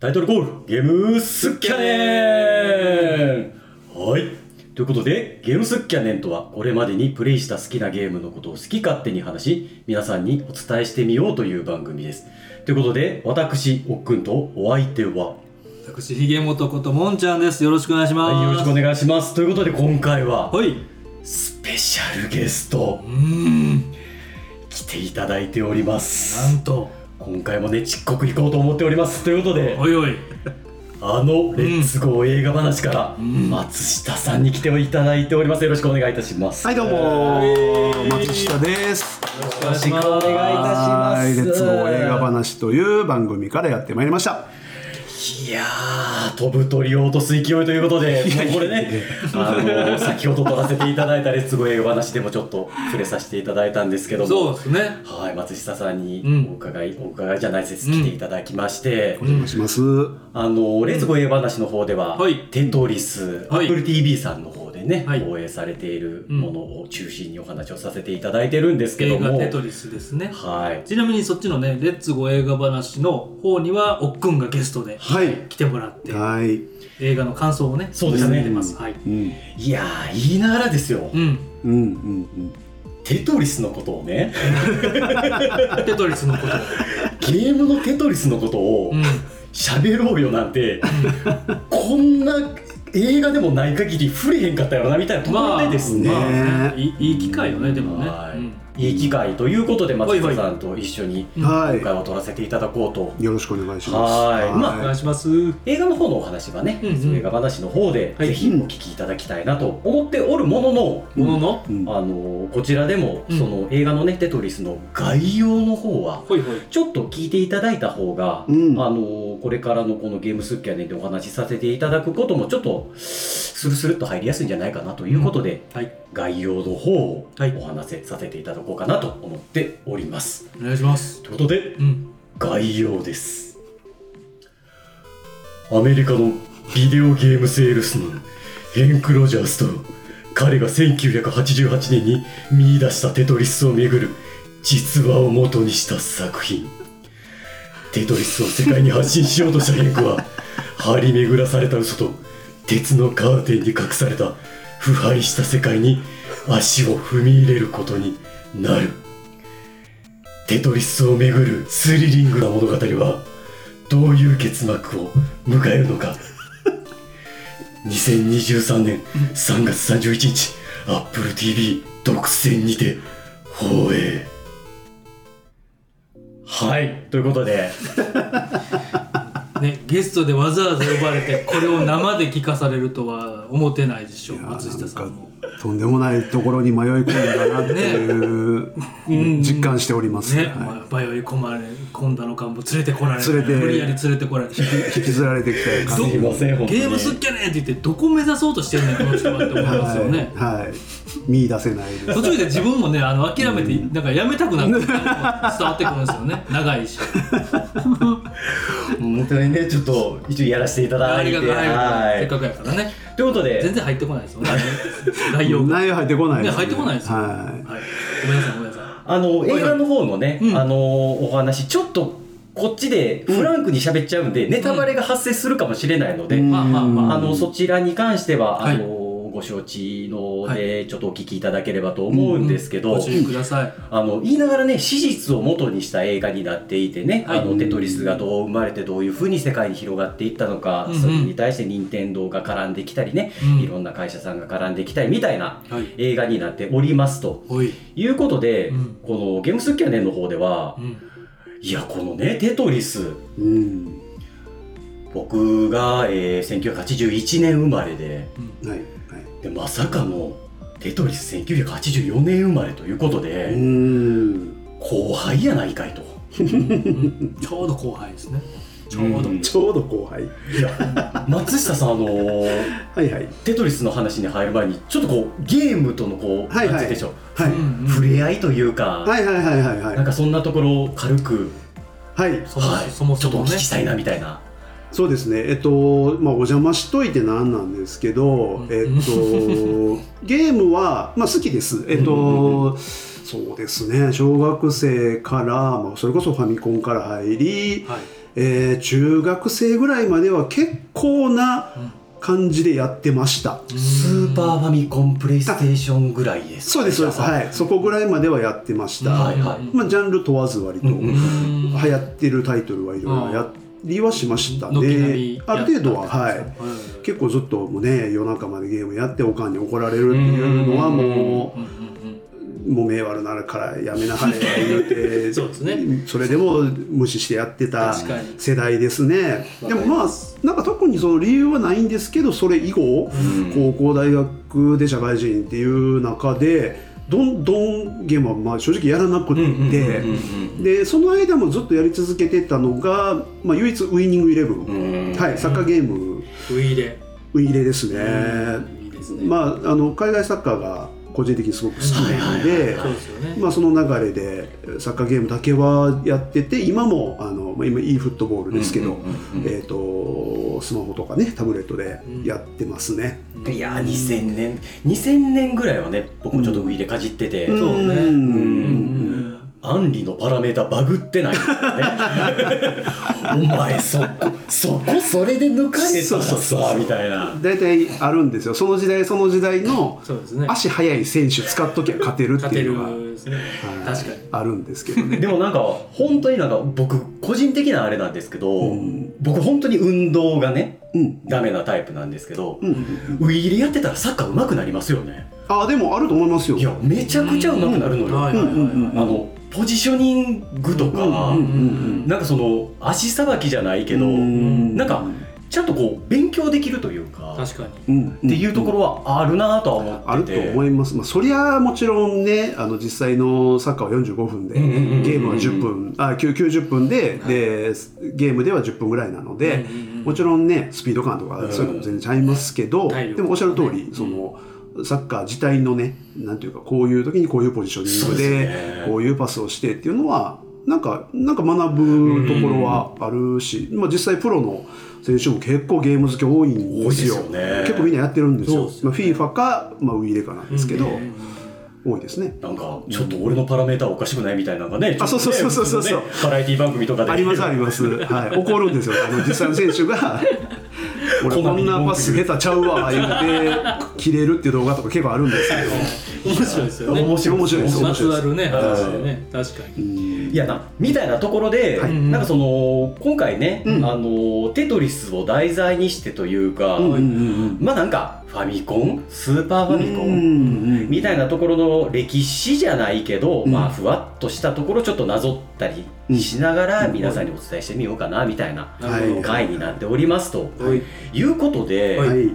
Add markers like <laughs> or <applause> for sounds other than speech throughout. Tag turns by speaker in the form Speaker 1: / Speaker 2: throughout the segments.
Speaker 1: タイトルコールゲームスキャネンはいということでゲームスキャネンとはこれまでにプレイした好きなゲームのことを好き勝手に話し皆さんにお伝えしてみようという番組ですということで私おっくんとお相手は
Speaker 2: 私ひげもとこともんちゃんですよろしくお願いします
Speaker 1: はい、よろしくお
Speaker 2: し
Speaker 1: 願いします。ということで今回は
Speaker 2: はい
Speaker 1: スペシャルゲスト
Speaker 2: うーん
Speaker 1: 来ていただいておりま
Speaker 2: な
Speaker 1: す。
Speaker 2: んと
Speaker 1: 今回もねちっこく行こうと思っております。ということで
Speaker 2: おいおい
Speaker 1: あのレッツゴー映画話から
Speaker 2: ん
Speaker 1: 松下さんに来ていただいております。よろしくお願いいたします。
Speaker 3: はいどう
Speaker 2: え
Speaker 3: も
Speaker 2: ー
Speaker 3: 松下です。
Speaker 1: よろしくお願いいたしま
Speaker 3: は
Speaker 1: す。
Speaker 3: い、レッツゴー映画話という番組からやってまいりました。
Speaker 1: いやー飛ぶ鳥を落とす勢いということで、もうこれね、あの先ほど撮らせていただいたレッツゴー映画話でもちょっと触れさせていただいたんですけども、
Speaker 2: そうですね
Speaker 1: はい、松下さん
Speaker 2: う
Speaker 1: に
Speaker 2: ん
Speaker 1: お伺い、お伺いじゃないです、来ていただきまして、
Speaker 3: お願いします。
Speaker 1: あの、レッツゴーエ話の方では、
Speaker 2: はい
Speaker 1: テントウリス、
Speaker 2: はい
Speaker 1: Apple TV さんの方でね、
Speaker 2: はい
Speaker 1: 放映されているものを中心にお話をさせていただいてるんですけど
Speaker 2: 映画
Speaker 1: も、
Speaker 2: テトリスですね
Speaker 1: はい。
Speaker 2: ちなみにそっちのねレッツゴー映画話の方にはおっくんがゲストで
Speaker 3: はい。
Speaker 2: 来てもらって
Speaker 3: はい。
Speaker 2: 映画の感想をね
Speaker 1: そうですね
Speaker 2: 喋ってますはい
Speaker 3: うん。
Speaker 1: いやー、言いながらですよ、
Speaker 2: うん
Speaker 3: うん。うん。
Speaker 1: テトリスのことをね、
Speaker 2: テトリスのこと
Speaker 1: ゲームのテトリスのことを
Speaker 2: うん
Speaker 1: 喋ろうよなんて、こんな映画でもない限り触れへんかったよな、みたいなところでですね。
Speaker 2: まあ
Speaker 3: ね
Speaker 2: いいいい機会よねでもね
Speaker 1: はい
Speaker 2: うん
Speaker 1: いい機会ということで松下さんと一緒に
Speaker 3: うん。
Speaker 1: 今回
Speaker 3: は
Speaker 1: を取らせていただこうと
Speaker 3: い。よろしくお願いします。
Speaker 1: はい
Speaker 2: お
Speaker 1: ま
Speaker 2: 願いしますうん
Speaker 1: 映画の方のお話はね、
Speaker 2: うんうん
Speaker 1: その映画話の方で
Speaker 2: はい
Speaker 1: ぜひお聞きいただきたいなと思っておるものの、
Speaker 3: うん
Speaker 2: ものの
Speaker 3: うん
Speaker 1: あのこちらでも
Speaker 2: うん
Speaker 1: その映画のね「テトリス」の概要の方は
Speaker 2: ほいほい
Speaker 1: ちょっと聞いていただいた方が、
Speaker 3: うん
Speaker 1: あのこれからのこのゲームスッキャネでお話しさせていただくこともちょっとスルスルっと入りやすいんじゃないかなということで、
Speaker 2: はい
Speaker 1: 概要の方を
Speaker 2: はい
Speaker 1: お話しさせていただこうかなと思っております。
Speaker 2: お願いします
Speaker 1: ということで
Speaker 2: うん
Speaker 1: 概要ですアメリカのビデオゲームセールスマンヘンク・ロジャースと彼が1988年に見出したテトリスをめぐる実話を元にした作品テトリスを世界に発信しようとしたヘンクは張り巡らされた嘘と鉄のカーテンに隠された腐敗した世界に足を踏み入れることになるテトリスをめぐるスリリングな物語はどういう結末を迎えるの
Speaker 2: <laughs>
Speaker 1: か2023年3月31日 AppleTV 独占にて放映はいということで
Speaker 2: ね、ゲストでわざわざ呼ばれてこれを生で聞かされるとは思ってないでしょう松下さんも
Speaker 3: とんでもないところに迷い込んだなっていう、実感しております。
Speaker 2: ね、
Speaker 3: は
Speaker 2: まあ迷い込まれ込んだのかも連れてこられて
Speaker 3: 連れて
Speaker 2: 無理やり連れてこられて
Speaker 3: い引きずられてきたような
Speaker 1: す
Speaker 3: 感
Speaker 1: い
Speaker 3: じ。
Speaker 1: ません本当に
Speaker 2: ゲームすっきゃねんって言ってどこ目指そうとしてるねんこの人はって思いますよね、
Speaker 3: はい。はい。見出せないです。
Speaker 2: 途中で自分もねあの諦めてなんかやめたくなってくるのが伝わってくるんですよね長いし
Speaker 1: 本当にねちょっと一応やらせていただ
Speaker 2: あ
Speaker 1: い
Speaker 2: り
Speaker 1: て
Speaker 2: がとうはいせ
Speaker 1: は
Speaker 2: っかくやからね
Speaker 1: いということ
Speaker 2: 全
Speaker 1: で
Speaker 2: 然入ってこないですよね概要が、
Speaker 3: 内容入ってこない
Speaker 2: ね入ってこないですよ
Speaker 3: は
Speaker 2: はい、ごめんなさいごめんなさ
Speaker 1: あの映画の方のね、
Speaker 2: うん
Speaker 1: あのお話ちょっとこっちでフランクに喋っちゃうんで、ネタバレが発生するかもしれないので、
Speaker 3: い。
Speaker 2: まあまあま
Speaker 1: あのそちらに関しては、
Speaker 2: はい
Speaker 1: あのご承知の
Speaker 2: は
Speaker 1: でちょっとお聞きいただければと思う
Speaker 2: い
Speaker 1: んですけど、
Speaker 2: ご注意ください
Speaker 1: あの言いながらね史実を元にした映画になっていてね、
Speaker 2: はい
Speaker 1: あのテトリスがどう生まれてどういうふうに世界に広がっていったのか、
Speaker 2: うんうん
Speaker 1: それに対して任天堂が絡んできたりね、
Speaker 2: うん
Speaker 1: いろんな会社さんが絡んできたりみたいな
Speaker 2: はい
Speaker 1: 映画になっておりますと
Speaker 2: おい、
Speaker 1: いうことで、
Speaker 2: うん
Speaker 1: このゲームスキャネンの方では
Speaker 2: う、ん、
Speaker 1: いやこのねテトリス
Speaker 3: うん。
Speaker 1: 僕が、えー1981年生まれで。
Speaker 3: はい。はい。
Speaker 1: でまさかのテトリス1984年生まれということ
Speaker 3: う
Speaker 1: で、
Speaker 3: ーん。
Speaker 1: 後輩やないか
Speaker 3: <laughs>
Speaker 1: いと。
Speaker 2: うんちょうど後輩ですね。ちょうど。
Speaker 1: うん
Speaker 3: ちょうど後輩。
Speaker 1: いや松下さんあのー
Speaker 3: はいはい。
Speaker 1: テトリスの話に入る前にちょっとこうゲームとのこう、
Speaker 3: はいはい
Speaker 1: なんて言うんでしょう、
Speaker 3: はい。
Speaker 2: うん
Speaker 1: 触れ合いというか、
Speaker 3: はいはいはいはいは
Speaker 1: なん
Speaker 3: い。
Speaker 1: かそんなところを軽く、
Speaker 3: はい。
Speaker 2: そも
Speaker 1: はい
Speaker 2: そもそ
Speaker 1: ちょっ
Speaker 2: も
Speaker 1: とお
Speaker 2: ね
Speaker 1: 聞き。したいなみたいな。
Speaker 3: そうですね。えっと、まあ、お邪魔しといてなんなんですけど
Speaker 2: ん、
Speaker 3: えっと、ゲームは、まあ、好きです。えっと、そうですね。小学生から、まあ、それこそファミコンから入り、
Speaker 2: はい。
Speaker 3: えー中学生ぐらいまでは結構な感じでやってました、
Speaker 1: スーパーファミコンプレイステーションぐらいです
Speaker 3: そうですそうですはいそこぐらいまではやってました、
Speaker 1: はいはい
Speaker 2: うん
Speaker 3: まあ、ジャンル問わず割と
Speaker 1: うんうん
Speaker 2: う
Speaker 3: 流
Speaker 2: ん
Speaker 3: 行ってるタイトルはいろいろやりはしましたね、
Speaker 2: 軒並み
Speaker 3: ある程度はは
Speaker 2: やっ
Speaker 3: い
Speaker 2: たんですね
Speaker 3: 結構ずっともうね夜中までゲームやっておかんに怒られるっていうのはも
Speaker 2: うんうん
Speaker 3: うもう迷惑なるからやめなはれ言うて
Speaker 2: <laughs> そうですね
Speaker 3: それでも無視してやってた
Speaker 2: 確かに
Speaker 3: 世代ですね
Speaker 2: わ
Speaker 3: で
Speaker 2: かります
Speaker 3: もまあなんか特にその理由はないんですけどそれ以後
Speaker 1: うん
Speaker 3: 高校大学で社会人っていう中でどんどんゲームはまあ正直やらなく
Speaker 1: うんうんうんうん
Speaker 3: ってでその間もずっとやり続けてたのが、まあ、唯一ウイニングイレブ
Speaker 1: う
Speaker 3: ン、
Speaker 1: ん
Speaker 3: はい、サッカーゲーム
Speaker 2: うんウイイレ
Speaker 3: ウイイレですね、
Speaker 2: うんいいですね
Speaker 3: まあ、あの海外サッカーが個人的にすごく好きなので、
Speaker 2: そうですよね
Speaker 3: まあ、その流れでサッカーゲームだけはやってて今もあの、まあ、今 e フットボールですけど、
Speaker 1: うんうんうん
Speaker 3: えー、とスマホとかねタブレットでやってますね。
Speaker 1: いやー2000年2000年ぐらいはね僕もちょっとウィーでかじってて、
Speaker 2: んそうね
Speaker 3: うん
Speaker 2: うん
Speaker 1: アンリのパラメータバグって
Speaker 3: <laughs>
Speaker 1: ないんだよねお前そこそこそれで抜かれた
Speaker 3: そう
Speaker 1: ら
Speaker 3: そうそう
Speaker 1: さみたいな
Speaker 3: 大体あるんですよその時代その時代の
Speaker 2: そうですね
Speaker 3: 足速い選手使っときゃ勝てるって
Speaker 2: 勝て
Speaker 3: いうのが
Speaker 2: るですね
Speaker 3: はい
Speaker 2: 確かに
Speaker 3: あるんですけど
Speaker 1: <laughs>
Speaker 3: ね。
Speaker 1: でもなんか本当になんか僕個人的なあれなんですけど、僕本当に運動がね
Speaker 3: うん
Speaker 1: ダメなタイプなんですけど、
Speaker 3: うん、
Speaker 1: ウィーでやってたらサッカー上手くなりますよね
Speaker 3: あでもあると思いますよ。
Speaker 1: いやめちゃくちゃ上手くなるのよ、
Speaker 2: はいはいはいはい
Speaker 1: あのポジショニングとか、
Speaker 3: うんうんうん
Speaker 1: なんかその足さばきじゃないけど、
Speaker 3: うん
Speaker 1: なんかちゃんとこう勉強できるというか
Speaker 2: 確かに
Speaker 3: うん
Speaker 1: っていうところはあるなとは思
Speaker 3: あ
Speaker 1: っ
Speaker 3: る
Speaker 1: て
Speaker 3: と
Speaker 1: て、
Speaker 3: 思います、まあ、そりゃもちろんねあの実際のサッカーは45分で
Speaker 1: うんうんうんうん
Speaker 3: ゲームは10分あ9 90分ででゲームでは10分ぐらいなので
Speaker 2: うんうんうん
Speaker 3: もちろんねスピード感とかそういうのも全然ちゃいますけど
Speaker 2: 体力
Speaker 3: でもおっしゃる通
Speaker 2: う
Speaker 3: り
Speaker 2: ん
Speaker 3: そのサッカー自体のねなんていうかこういう時にこういうポジショニングで
Speaker 1: そうですね
Speaker 3: こういうパスをしてっていうのはなんかなんか学ぶところはあるし、まあ、実際プロの選手も結構ゲーム好き多いんですよ
Speaker 1: 多いですよね
Speaker 3: 結構みんなやってるんです
Speaker 2: そ
Speaker 3: よ
Speaker 2: うですよね
Speaker 3: まあ、FIFA か、まあ、ウイイレかなんですけど、多いですね
Speaker 1: なんかちょっと俺のパラメーターおかしくないみたいなのがね、ちょっとね
Speaker 3: あそうそうそうそうそう
Speaker 1: 普通のねバラエティ番組とかで
Speaker 3: ありますあります、はい、怒るんですよあの実際の選手が「俺こんなパス下手ちゃうわ」言うて切れるっていう動画とか結構あるんです
Speaker 2: 面白いです
Speaker 3: け
Speaker 2: よ
Speaker 3: ど
Speaker 2: ね
Speaker 3: 面白い面白いです
Speaker 2: ま
Speaker 3: 面
Speaker 2: つ
Speaker 3: 白
Speaker 2: わ
Speaker 3: いで
Speaker 2: るね話でね確かに
Speaker 1: いやなみたいなところで、
Speaker 3: はい
Speaker 1: なんかその今回ね、
Speaker 3: うん
Speaker 1: あのテトリスを題材にしてというか、
Speaker 3: すうんうんうん
Speaker 1: まあなんかファミコンスーパーファミコン、
Speaker 3: うん
Speaker 1: みたいなところの歴史じゃないけど、
Speaker 3: うん
Speaker 1: まあふわっとしたところちょっとなぞったりしながら皆さんにお伝えしてみようかなみたいな
Speaker 2: なるほど
Speaker 1: 回になっておりますと、
Speaker 2: はい
Speaker 1: い、うことで、
Speaker 3: はい、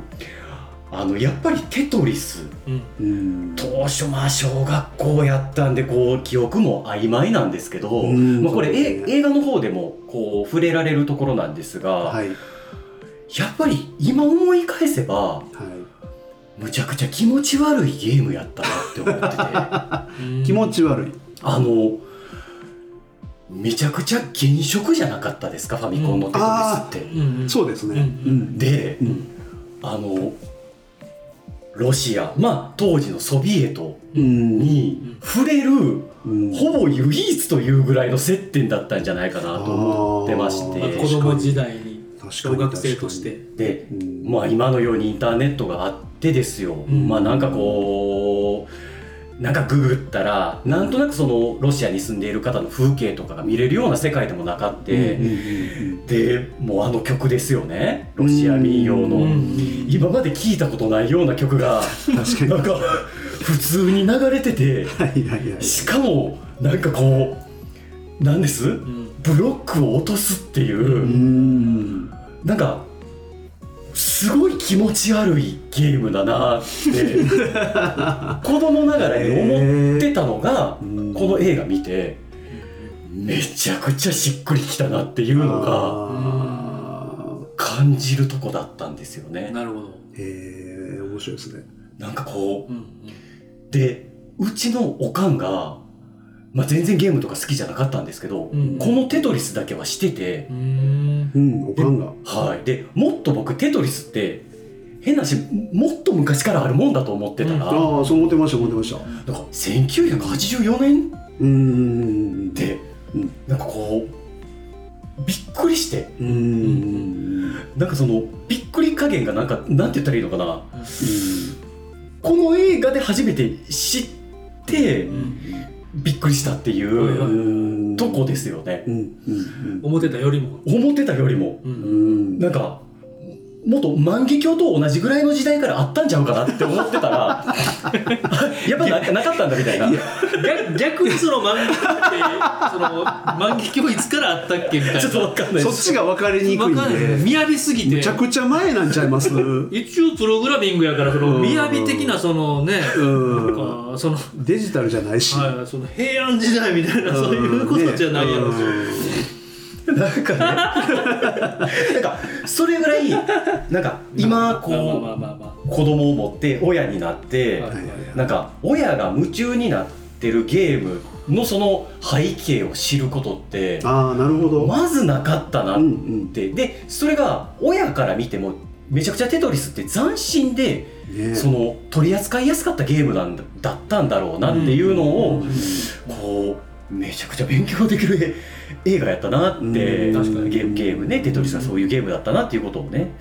Speaker 1: あのやっぱりテトリス
Speaker 2: うん
Speaker 3: うん
Speaker 1: 当初まあ小学校やったんでこう記憶も曖昧なんですけど、
Speaker 3: うん
Speaker 1: まあ、これ、え
Speaker 3: そうですね
Speaker 1: 映画の方でもこう触れられるところなんですが、
Speaker 3: はいはい
Speaker 1: やっぱり今思い返せばむちゃくちゃ気持ち悪いゲームやったなって思ってて。
Speaker 3: <laughs> 気持ち悪い
Speaker 1: あのめちゃくちゃ原色じゃなかったですかファミコンのテトリスって。
Speaker 2: うん
Speaker 3: そうですね、
Speaker 2: うん
Speaker 3: うん
Speaker 1: で
Speaker 3: うん
Speaker 1: あのロシアまあ当時のソビエト
Speaker 3: うん
Speaker 1: に触れる
Speaker 3: うん
Speaker 1: ほぼ唯一というぐらいの接点だったんじゃないかなと思ってまし
Speaker 3: あ
Speaker 2: まあ
Speaker 3: ー
Speaker 2: 子
Speaker 1: て
Speaker 2: 供時代に
Speaker 3: 確
Speaker 2: 小
Speaker 3: かに
Speaker 2: 学生として
Speaker 1: で
Speaker 3: うん
Speaker 1: まあ今のようにインターネットがあってですよ、
Speaker 2: ん
Speaker 1: まあなんかこうなんかググったらなんとなくそのロシアに住んでいる方の風景とかが見れるような世界でもなかって。
Speaker 3: うんうん
Speaker 1: でもうあの曲ですよねロシア民謡
Speaker 3: う
Speaker 1: の
Speaker 2: ん
Speaker 1: 今まで聞いたことないような曲が
Speaker 3: うん確かに
Speaker 1: なんか普通に流れてて
Speaker 3: はいはいはい
Speaker 1: しかもなんかこうなんです
Speaker 2: うん
Speaker 1: ブロックを落とすっていうう
Speaker 3: ーん
Speaker 1: なんかすごい気持ち悪いゲームだなって
Speaker 3: <laughs>
Speaker 1: 子供ながらに思ってたのが
Speaker 3: えー
Speaker 1: この映画見てめちゃくちゃしっくりきたなっていうのが。
Speaker 3: あー
Speaker 1: 感じるとこだったんですよね。
Speaker 2: なるほど
Speaker 3: えー面白いですね
Speaker 1: なんかこ
Speaker 2: うん
Speaker 1: う、で、うちのおかんが、まあ、全然ゲームとか好きじゃなかったんですけど、
Speaker 2: うん
Speaker 1: このテトリスだけはしてて、
Speaker 2: うん
Speaker 3: うんおかんが
Speaker 1: はい。で、もっと僕、テトリスって、変な話、もっと昔からあるもんだと思ってたら、
Speaker 3: ああそう思ってました思ってました
Speaker 1: なんか1984年
Speaker 3: うーん
Speaker 1: って、
Speaker 3: うん
Speaker 1: なんかこう、びっくりして
Speaker 3: うんうん
Speaker 1: なんかそのびっくり加減がなんかなんて言ったらいいのかなこの映画で初めて知ってびっくりしたってい
Speaker 2: はいは
Speaker 1: う
Speaker 2: い
Speaker 3: うん
Speaker 1: とこですよね
Speaker 3: うんうん
Speaker 2: 思ってたよりも、
Speaker 1: 思ってたよりも
Speaker 2: う、
Speaker 3: うんん
Speaker 1: なんかもっと万華鏡と同じぐらいの時代からあったんちゃうかなって思ってた <laughs> らやっぱななかったんだみたいな
Speaker 2: 逆逆にその漫画ってその漫画教いつからあったっけみ <laughs> たいな
Speaker 1: ちょっとわかんない
Speaker 3: そっちが分かりにくい
Speaker 2: わ
Speaker 3: ん
Speaker 2: かんない
Speaker 3: で
Speaker 2: みやびすぎて
Speaker 3: むちゃくちゃ前なんちゃいますうん
Speaker 2: 一応プログラミングやからその
Speaker 3: うん
Speaker 2: みやび的なそのねなんかその
Speaker 3: <laughs> デジタルじゃないし
Speaker 2: はい、その平安時代みたいなそういうことじゃないやろ、
Speaker 1: なんかね <laughs> なんかそれぐらいなんか今こ
Speaker 2: まあまあ
Speaker 1: う
Speaker 2: まあま
Speaker 1: 子供を持って親になって
Speaker 2: あ、はいはい
Speaker 3: い
Speaker 1: なんか親が夢中になってるゲームのその背景を知ることって
Speaker 3: ああなるほど
Speaker 1: まずなかったな
Speaker 3: うんう
Speaker 1: っ
Speaker 3: ん
Speaker 1: てでそれが親から見てもめちゃくちゃテトリスって斬新で
Speaker 3: ね
Speaker 1: その取り扱いやすかったゲームなんだだったんだろうなっていうのをこうめちゃくちゃ勉強できるえ映画やったなって
Speaker 3: う
Speaker 1: ゲ
Speaker 3: ん
Speaker 2: 確かに
Speaker 1: ームゲームねテトリスがそういうゲームだったなっていうことをね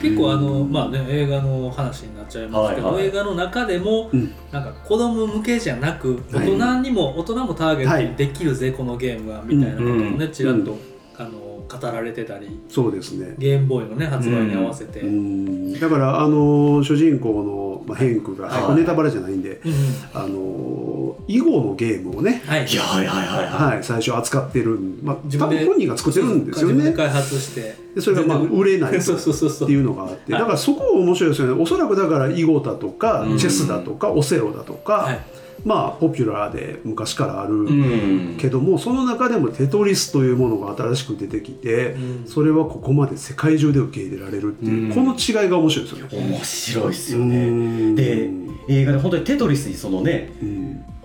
Speaker 2: 結構あの、まあね、映画の話になっちゃいますけど、
Speaker 1: はいはい
Speaker 2: 映画の中でも、
Speaker 3: うん
Speaker 2: なんか子供向けじゃなく大
Speaker 3: は
Speaker 2: 人
Speaker 3: い
Speaker 2: にも、大人もターゲ
Speaker 3: は
Speaker 2: ッ
Speaker 3: い
Speaker 2: トできるぜ、このゲームはみたいなことをね、
Speaker 1: うん
Speaker 2: ちらっと、あの語られてたり
Speaker 3: そうですね
Speaker 2: ゲームボーイのね発売に合わせて、
Speaker 3: う
Speaker 2: うん
Speaker 3: んだからあの主人公の、まあ、ヘンクが、
Speaker 1: はい
Speaker 3: これネタバレじゃないんで
Speaker 2: うん
Speaker 3: あの囲碁のゲームをね、
Speaker 2: はい
Speaker 1: いやはいはいはいはい
Speaker 3: はい、最初扱ってるん、まあ、
Speaker 2: 自
Speaker 3: 多
Speaker 2: 分で
Speaker 3: 分本人が作ってるんですよ
Speaker 2: 自分
Speaker 3: ね
Speaker 2: で開発して
Speaker 3: でそれがまあ売れな
Speaker 2: <laughs>
Speaker 3: い
Speaker 2: そう
Speaker 3: と
Speaker 2: そうそうそ
Speaker 3: っ
Speaker 2: う
Speaker 3: ていうのがあってだ
Speaker 2: はい
Speaker 3: からそこ面白いですよねおそらくだから囲碁だとか
Speaker 1: うん
Speaker 3: チェスだとかオセロだとか、
Speaker 2: はい
Speaker 3: まあポピュラーで昔からある
Speaker 1: うん
Speaker 3: けどもその中でもテトリスというものが新しく出てきて
Speaker 2: うん
Speaker 3: それはここまで世界中で受け入れられるっていううんこの違いが面白いですよね。
Speaker 1: 面白いですよね
Speaker 3: ね
Speaker 1: で映画で本当にテトリスにそのね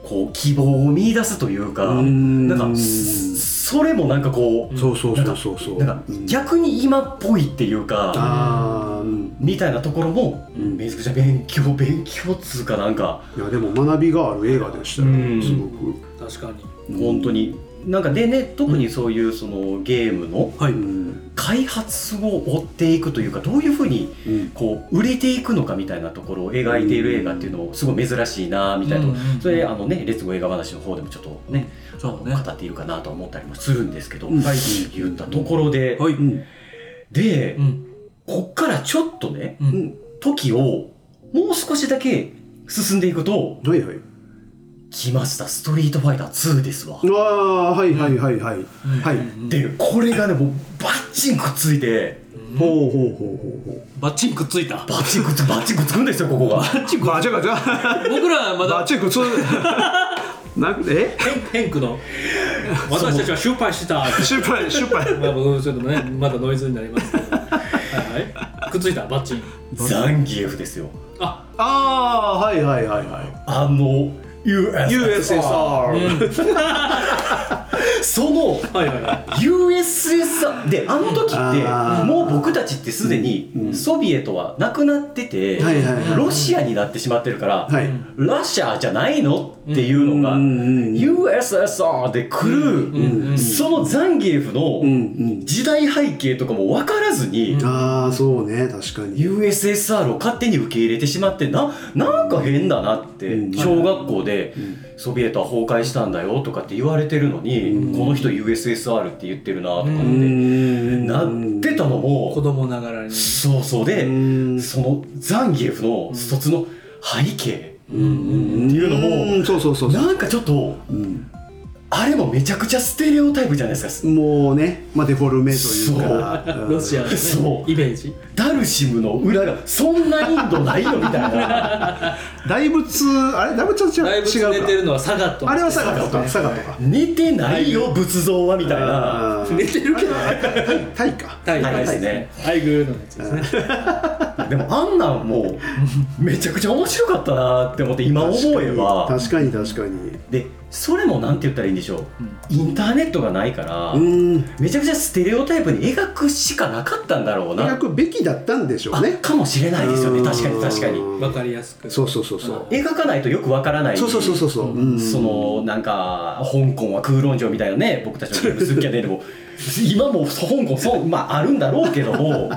Speaker 1: こう希望を見出すというか
Speaker 3: うん
Speaker 1: なんかそそれもなんかこう
Speaker 3: そうそうそうそうそう。
Speaker 1: なんか
Speaker 3: うん
Speaker 1: 逆に今っぽいっていうか
Speaker 3: あーうん
Speaker 1: みたいなところも
Speaker 3: うん
Speaker 1: めちゃくちゃ勉強勉強っつうかなんか
Speaker 3: いやでも学びがある映画でしたよ、
Speaker 1: うん
Speaker 3: すごく。
Speaker 2: 確かに
Speaker 1: 本当になんかでね特にそういうそのゲームの
Speaker 2: はい
Speaker 3: うん
Speaker 1: 開発を追っていくというかどういうふうに
Speaker 3: うん
Speaker 1: こう売れていくのかみたいなところを描いている映画っていうのもすごい珍しいなみたいなとこ
Speaker 2: うんうん
Speaker 1: それあのね「レッツゴー映画話」の方でもちょっとね
Speaker 2: そうね
Speaker 1: 語っているかなとは思ったりもするんですけど、
Speaker 3: うん
Speaker 1: 言ったところで、
Speaker 2: はい、
Speaker 3: う
Speaker 2: うん
Speaker 3: ん
Speaker 1: で、
Speaker 2: うん
Speaker 1: こっからちょっとね
Speaker 2: うん
Speaker 1: 時をもう少しだけ進んでいくと
Speaker 3: はいはい。
Speaker 1: 来ました「ストリートファイター2」ですわ。
Speaker 3: ああはいはいはいはい。はい。
Speaker 1: でこれがねもうバッチンくっついて
Speaker 3: ほうほうほうほうほ
Speaker 2: バッチンくっついた
Speaker 1: バッチンくっつバッチンくっつくんですよここが。
Speaker 3: う。チェックガチャガチャ。
Speaker 2: 僕らはま
Speaker 3: ガ
Speaker 2: だ
Speaker 3: チェックつ。 <laughs> なんえ？
Speaker 2: ヘンヘンクの私たちは失敗した
Speaker 3: 失敗失敗。
Speaker 2: まあ、僕ちょっとねまだノイズになりますけどはい、はい、くっついたバッチン
Speaker 1: ザンギエフですよ。
Speaker 2: あ
Speaker 3: ああはいはいはいは
Speaker 1: あの US
Speaker 3: い。USSR。
Speaker 1: その
Speaker 2: はいはいはい
Speaker 1: USSR であの時っ
Speaker 3: あー
Speaker 1: てもう僕たちってすで
Speaker 3: う
Speaker 1: に
Speaker 3: ん
Speaker 1: ソビエトはなくなってて
Speaker 3: はいはいはい
Speaker 1: ロシアになってしまってるから
Speaker 3: はい。
Speaker 1: ラシャじゃないのっていうのが
Speaker 3: うんうんうん
Speaker 1: USSR で
Speaker 2: うん
Speaker 1: 来
Speaker 2: うんうん
Speaker 1: るそのザンギエフ
Speaker 3: うん
Speaker 1: の
Speaker 3: うん。
Speaker 1: 時代背景とかも分からずに
Speaker 3: ああそうね確かに。
Speaker 1: USSR を勝手に受け入れてしまってななんか変だなって
Speaker 3: うん
Speaker 1: 小学校で
Speaker 3: ん
Speaker 1: ソビエトは崩壊したんだよとかって言われてるのにこの人 USSR って言ってるなとか
Speaker 2: う
Speaker 3: う
Speaker 1: って
Speaker 3: ん
Speaker 1: なってたの
Speaker 2: 子
Speaker 1: も
Speaker 2: 供ながらに
Speaker 1: そうそう
Speaker 3: う
Speaker 1: で
Speaker 3: ん
Speaker 1: そのザンギエフの卒の背景
Speaker 2: うんうん
Speaker 1: っていうのも
Speaker 3: うんそうそうそうそう。
Speaker 1: なんかちょっと
Speaker 3: うん
Speaker 1: あれもめちゃくちゃステレオタイプじゃないですか
Speaker 3: もうねまあデフォルメというか。うん
Speaker 2: ロシアの、ね、
Speaker 1: そう
Speaker 2: イメージ
Speaker 1: ダルシムの裏がそんなインドないよみたいな
Speaker 3: 大仏あれ大仏は
Speaker 2: だい
Speaker 3: 違
Speaker 2: うぶ寝て
Speaker 3: 違う
Speaker 2: るのはサガット
Speaker 3: かあれは佐賀とか佐賀とか
Speaker 1: 似てないよ仏像はみたいな
Speaker 3: あー
Speaker 2: 寝てるけど
Speaker 3: タイか
Speaker 2: タイ
Speaker 1: タイ
Speaker 2: で
Speaker 1: ですす
Speaker 2: ね
Speaker 1: ね
Speaker 2: アイグーのやつですね
Speaker 1: でもあんなんもうめちゃくちゃ面白かったなって思って今思えば
Speaker 3: 確かに確かに確か
Speaker 1: でそれもなんて言ったらいいんでしょう、インターネットがないから、
Speaker 3: にうん
Speaker 1: めちゃくちゃステレオタイプに描くしかなかったんだろうな
Speaker 3: 描くべきだったんでしょう
Speaker 1: あ
Speaker 3: ね
Speaker 1: かもしれないですよね確かに確かに
Speaker 3: うん
Speaker 2: わかりやすく
Speaker 3: そうそうそうそう
Speaker 1: 描かないとよくわからない
Speaker 3: そうそうそうそうそううん
Speaker 1: そのなんか香港は空論城みたいなね僕たちのゲーム好きやねでも今も香港そう、まあ、あるんだろうけども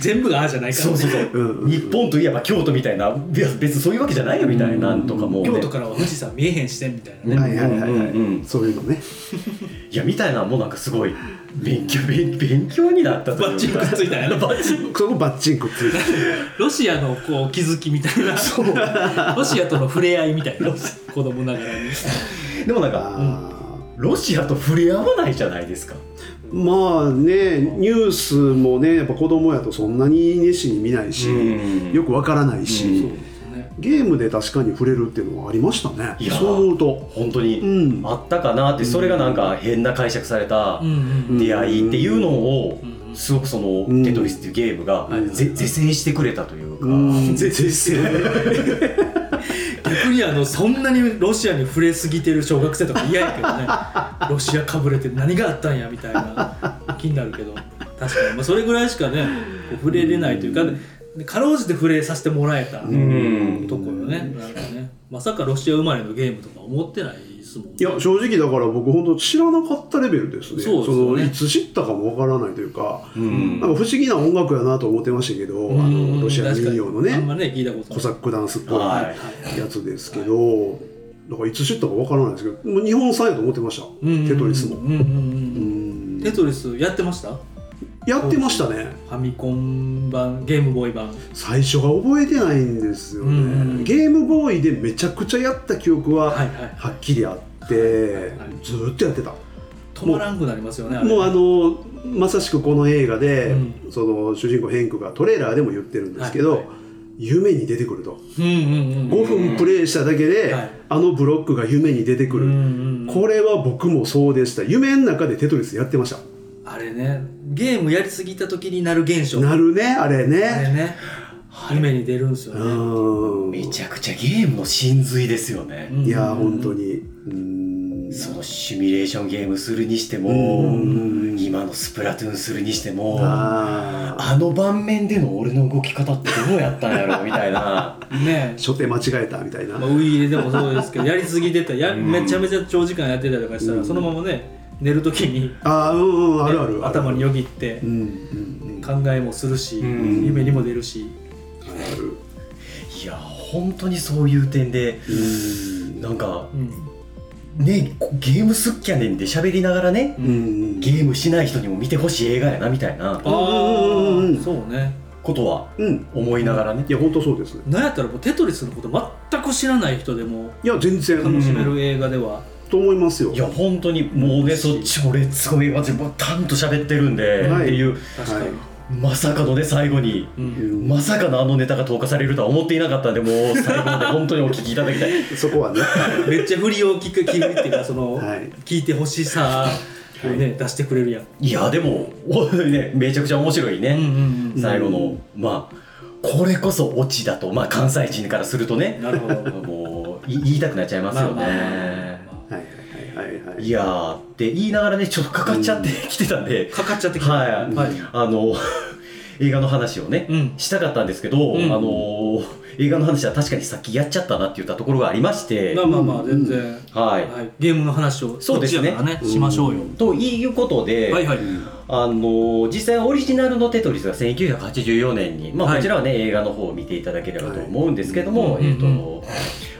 Speaker 2: 全部がああじゃないから、
Speaker 1: そう
Speaker 2: ね、
Speaker 1: そうそう
Speaker 3: うんうんうん
Speaker 1: 日本といえば京都みたいないや別にそういうわけじゃないよみたいななんとかもうね、
Speaker 2: 京都からは富士山見えへん視点みたいなね、
Speaker 1: うん
Speaker 3: はいはいはいはい、
Speaker 1: うんうん
Speaker 3: そういうのね
Speaker 1: いやみたいなもうなんかすごい勉強勉 <laughs> 勉強になったと
Speaker 2: バ
Speaker 1: い
Speaker 2: ッチ
Speaker 1: う
Speaker 2: ン
Speaker 1: か
Speaker 2: くっついたんやな
Speaker 3: そこバッチンコっていう
Speaker 1: <laughs>
Speaker 2: ロシアのこう気づきみたいなロシアとの触れ合いみたいな子供ながらに
Speaker 1: でもなんか
Speaker 3: あ
Speaker 1: ロシアと触れ合わないじゃないですか
Speaker 3: ーまあねニュースもねやっぱ子供やとそんなに熱心に見ないし、
Speaker 1: うん
Speaker 3: よくわからないし、
Speaker 1: うん
Speaker 2: ね
Speaker 3: ゲームで確かに触れるっていうのはありましたね
Speaker 1: いやー
Speaker 3: そう思うと
Speaker 1: 本当に、
Speaker 3: うん
Speaker 1: あったかなってそれがなんか変な解釈された
Speaker 2: うんうん
Speaker 1: 出会いっていうのを
Speaker 2: うん
Speaker 1: すごくその
Speaker 3: うん
Speaker 1: 「テトリス」っていうゲームが
Speaker 2: はい
Speaker 1: ぜ是正してくれたというか
Speaker 3: うん全然
Speaker 2: 逆にあのそんなにロシアに触れすぎてる小学生とか嫌やけどねロシアかぶれて何があったんやみたいな気になるけど確かに、まあ、それぐらいしかねこう触れれないというかでかろうじて触れさせてもらえたとこ
Speaker 1: う
Speaker 2: よ
Speaker 1: ん
Speaker 2: ねなんかねまさかロシア生まれのゲームとか思ってないですもんね
Speaker 3: いや正直だから僕本当知らなかったレベルですね
Speaker 2: そうですよね
Speaker 3: のいつ知ったかもわからないというか、
Speaker 1: うん
Speaker 3: なんか不思議な音楽やなと思ってましたけど、
Speaker 2: う
Speaker 3: あ
Speaker 2: ん
Speaker 3: のロシア民謡の
Speaker 2: 確かにあん
Speaker 3: ね
Speaker 2: まね聞いたことない
Speaker 3: コサックダンスっぽ
Speaker 1: はい
Speaker 3: やつですけど、だからいつ知ったかわからないですけどもう日本産やと思ってました、テトリスも、
Speaker 2: うんうんう
Speaker 3: う
Speaker 2: ん
Speaker 3: ん
Speaker 2: テトリスやってましたフ
Speaker 3: やってましたね
Speaker 2: ァミコン版ゲームボーイ版
Speaker 3: 最初が覚えてないんですよね、
Speaker 2: うん
Speaker 3: ゲームボーイでめちゃくちゃやった記憶は
Speaker 2: はいはい
Speaker 3: はっきりあって、
Speaker 2: はい
Speaker 3: ずーっとやってた、
Speaker 2: 止まらんくなりますよねあれ
Speaker 3: もうあのまさしくこの映画で、
Speaker 2: う
Speaker 3: その主人公ヘンクがトレーラーでも言ってるんですけど、
Speaker 2: はいはい
Speaker 3: 夢に出てくると
Speaker 2: うんうんうん
Speaker 3: 5分プレイしただけで、
Speaker 2: はい
Speaker 3: あのブロックが夢に出てくる、
Speaker 2: うんうんうん
Speaker 3: これは僕もそうでした夢の中でテトリスやってまし
Speaker 2: あれねゲームやりすぎた時になる現
Speaker 3: た
Speaker 2: 象
Speaker 3: なるねあれ
Speaker 2: あれ
Speaker 3: ね
Speaker 2: ね夢に出るんですよ
Speaker 3: う
Speaker 2: ね
Speaker 1: め
Speaker 3: ん
Speaker 1: ちゃくちゃゲームの真髄ですよね
Speaker 2: うん
Speaker 3: いやー本当にうん
Speaker 1: そのシミュレーションゲームするにして
Speaker 3: う
Speaker 1: も
Speaker 3: ん
Speaker 1: 今のスプラトゥーンするにしても
Speaker 3: あー
Speaker 1: あの盤面での俺の動き方ってどうやったんやろ
Speaker 3: <laughs>
Speaker 1: みたいな
Speaker 2: ね
Speaker 3: 初手間違えたみたいな、
Speaker 2: まあウイイレでもそうですけどやりすぎてたや
Speaker 1: うん
Speaker 2: めちゃめちゃ長時間やってたりとかした
Speaker 3: う
Speaker 2: ら
Speaker 3: ん
Speaker 2: そのままね寝る時にね
Speaker 3: あーうんうんあるあるある
Speaker 2: 頭によぎって
Speaker 3: うんうんうんあ
Speaker 2: 考えもするし
Speaker 1: うん
Speaker 2: 夢にも出るし
Speaker 3: る
Speaker 1: いや本当にそういう点で
Speaker 3: うん
Speaker 1: なんか
Speaker 2: うん
Speaker 1: ねこゲームすっきゃねんで喋りながらね
Speaker 3: うん
Speaker 1: ゲームしない人にも見てほしい映画やなみたいな
Speaker 2: あ
Speaker 3: うんうんうんう
Speaker 2: ー
Speaker 3: ん
Speaker 2: そうね
Speaker 1: ことは
Speaker 3: うん
Speaker 1: 思いながらね
Speaker 3: いや本当そうですね
Speaker 2: なんやったらもうテトリスのこと全く知らない人でも
Speaker 3: いや全
Speaker 2: 楽
Speaker 3: 然
Speaker 2: しめる映画では、
Speaker 3: と思いますよ
Speaker 1: いや本当にもうねそっち俺すごいまずもうたんと喋ってるんで、
Speaker 3: は
Speaker 1: っ
Speaker 3: い
Speaker 1: ていう
Speaker 2: 確かに、
Speaker 3: はい
Speaker 1: まさかのね最後に
Speaker 2: う、
Speaker 3: うんん
Speaker 1: まさかのあのネタが投下されるとは思っていなかったんでもう最後まで本当にお聞きいただきたい
Speaker 2: <laughs>
Speaker 3: そこはね
Speaker 2: めっちゃ振りを聞く気分っていうかその、
Speaker 3: はい
Speaker 2: 聞いてほしさをね、出してくれるやん、
Speaker 1: いやでも <laughs> おねめちゃくちゃ面白いね、
Speaker 2: ん
Speaker 1: 最後の、
Speaker 3: うん
Speaker 1: まあこれこそオチだとまあ関西人からするとね
Speaker 2: なるほど
Speaker 1: もうい言いたくなっちゃいますよね、
Speaker 3: はいはいはいはいはい
Speaker 1: いやーって言いながらねちょっとかかっちゃってきてたんで、
Speaker 2: かかっちゃってきた
Speaker 1: はい、
Speaker 2: はい
Speaker 1: あの <laughs> 映画の話をね、
Speaker 2: うん
Speaker 1: したかったんですけど、
Speaker 2: うん
Speaker 1: あのー映画の話は確かにさっきやっちゃったなって言ったところがありまして
Speaker 2: まあまあまあ
Speaker 3: う
Speaker 2: 全
Speaker 3: ん
Speaker 2: 然、
Speaker 1: はい、
Speaker 2: はい、ゲームの話を
Speaker 1: そうですね
Speaker 2: こっちやからねしましょうよ、
Speaker 1: ということで、
Speaker 2: はいはい、
Speaker 1: あのー実際オリジナルの「テトリス」が1984年に、まあ、
Speaker 2: はい
Speaker 1: こちらはね、映画の方を見ていただければと思うんですけども、
Speaker 2: はい
Speaker 1: えっと
Speaker 2: うん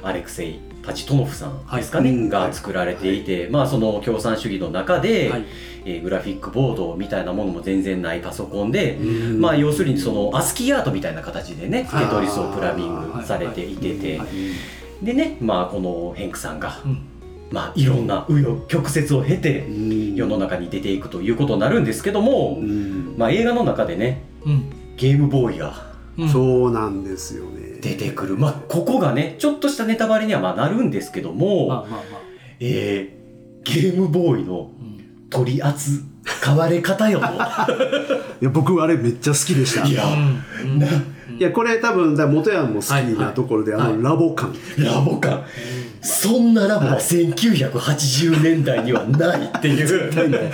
Speaker 1: アレクセイ・パチトノフさんですかね、
Speaker 3: はい
Speaker 1: が作られていて、まあ、その共産主義の中で、
Speaker 2: はい
Speaker 1: えーグラフィックボードみたいなものも全然ないパソコンで、
Speaker 3: うん
Speaker 1: まあ、要するにそのアスキーアートみたいな形でね
Speaker 3: あー
Speaker 1: テトリスをプラミングされていてて、
Speaker 2: はい
Speaker 1: でね、まあ、このヘンクさんが、
Speaker 2: うん
Speaker 1: まあ、いろんな紆余曲折を経て
Speaker 3: うん
Speaker 1: 世の中に出ていくということになるんですけども、
Speaker 3: うん
Speaker 1: まあ、映画の中でね
Speaker 2: うん
Speaker 1: ゲームボーイが
Speaker 2: うん
Speaker 3: そうなんですよね
Speaker 1: 出てくる、まあ、ここがねちょっとしたネタバレにはまあなるんですけども、
Speaker 2: まあまあまあ、
Speaker 1: えーゲームボーイの
Speaker 2: うん
Speaker 1: 取り扱われ方よと
Speaker 3: いや僕あれめっちゃ好きでした
Speaker 1: い
Speaker 3: い
Speaker 1: や、
Speaker 2: うんうん
Speaker 1: な
Speaker 3: やこれ多分だから元ヤンも好き
Speaker 2: はいは
Speaker 3: ないところであ
Speaker 2: はい
Speaker 3: のラボ感
Speaker 1: ラボ感そんなラボは1980年代にはないっていう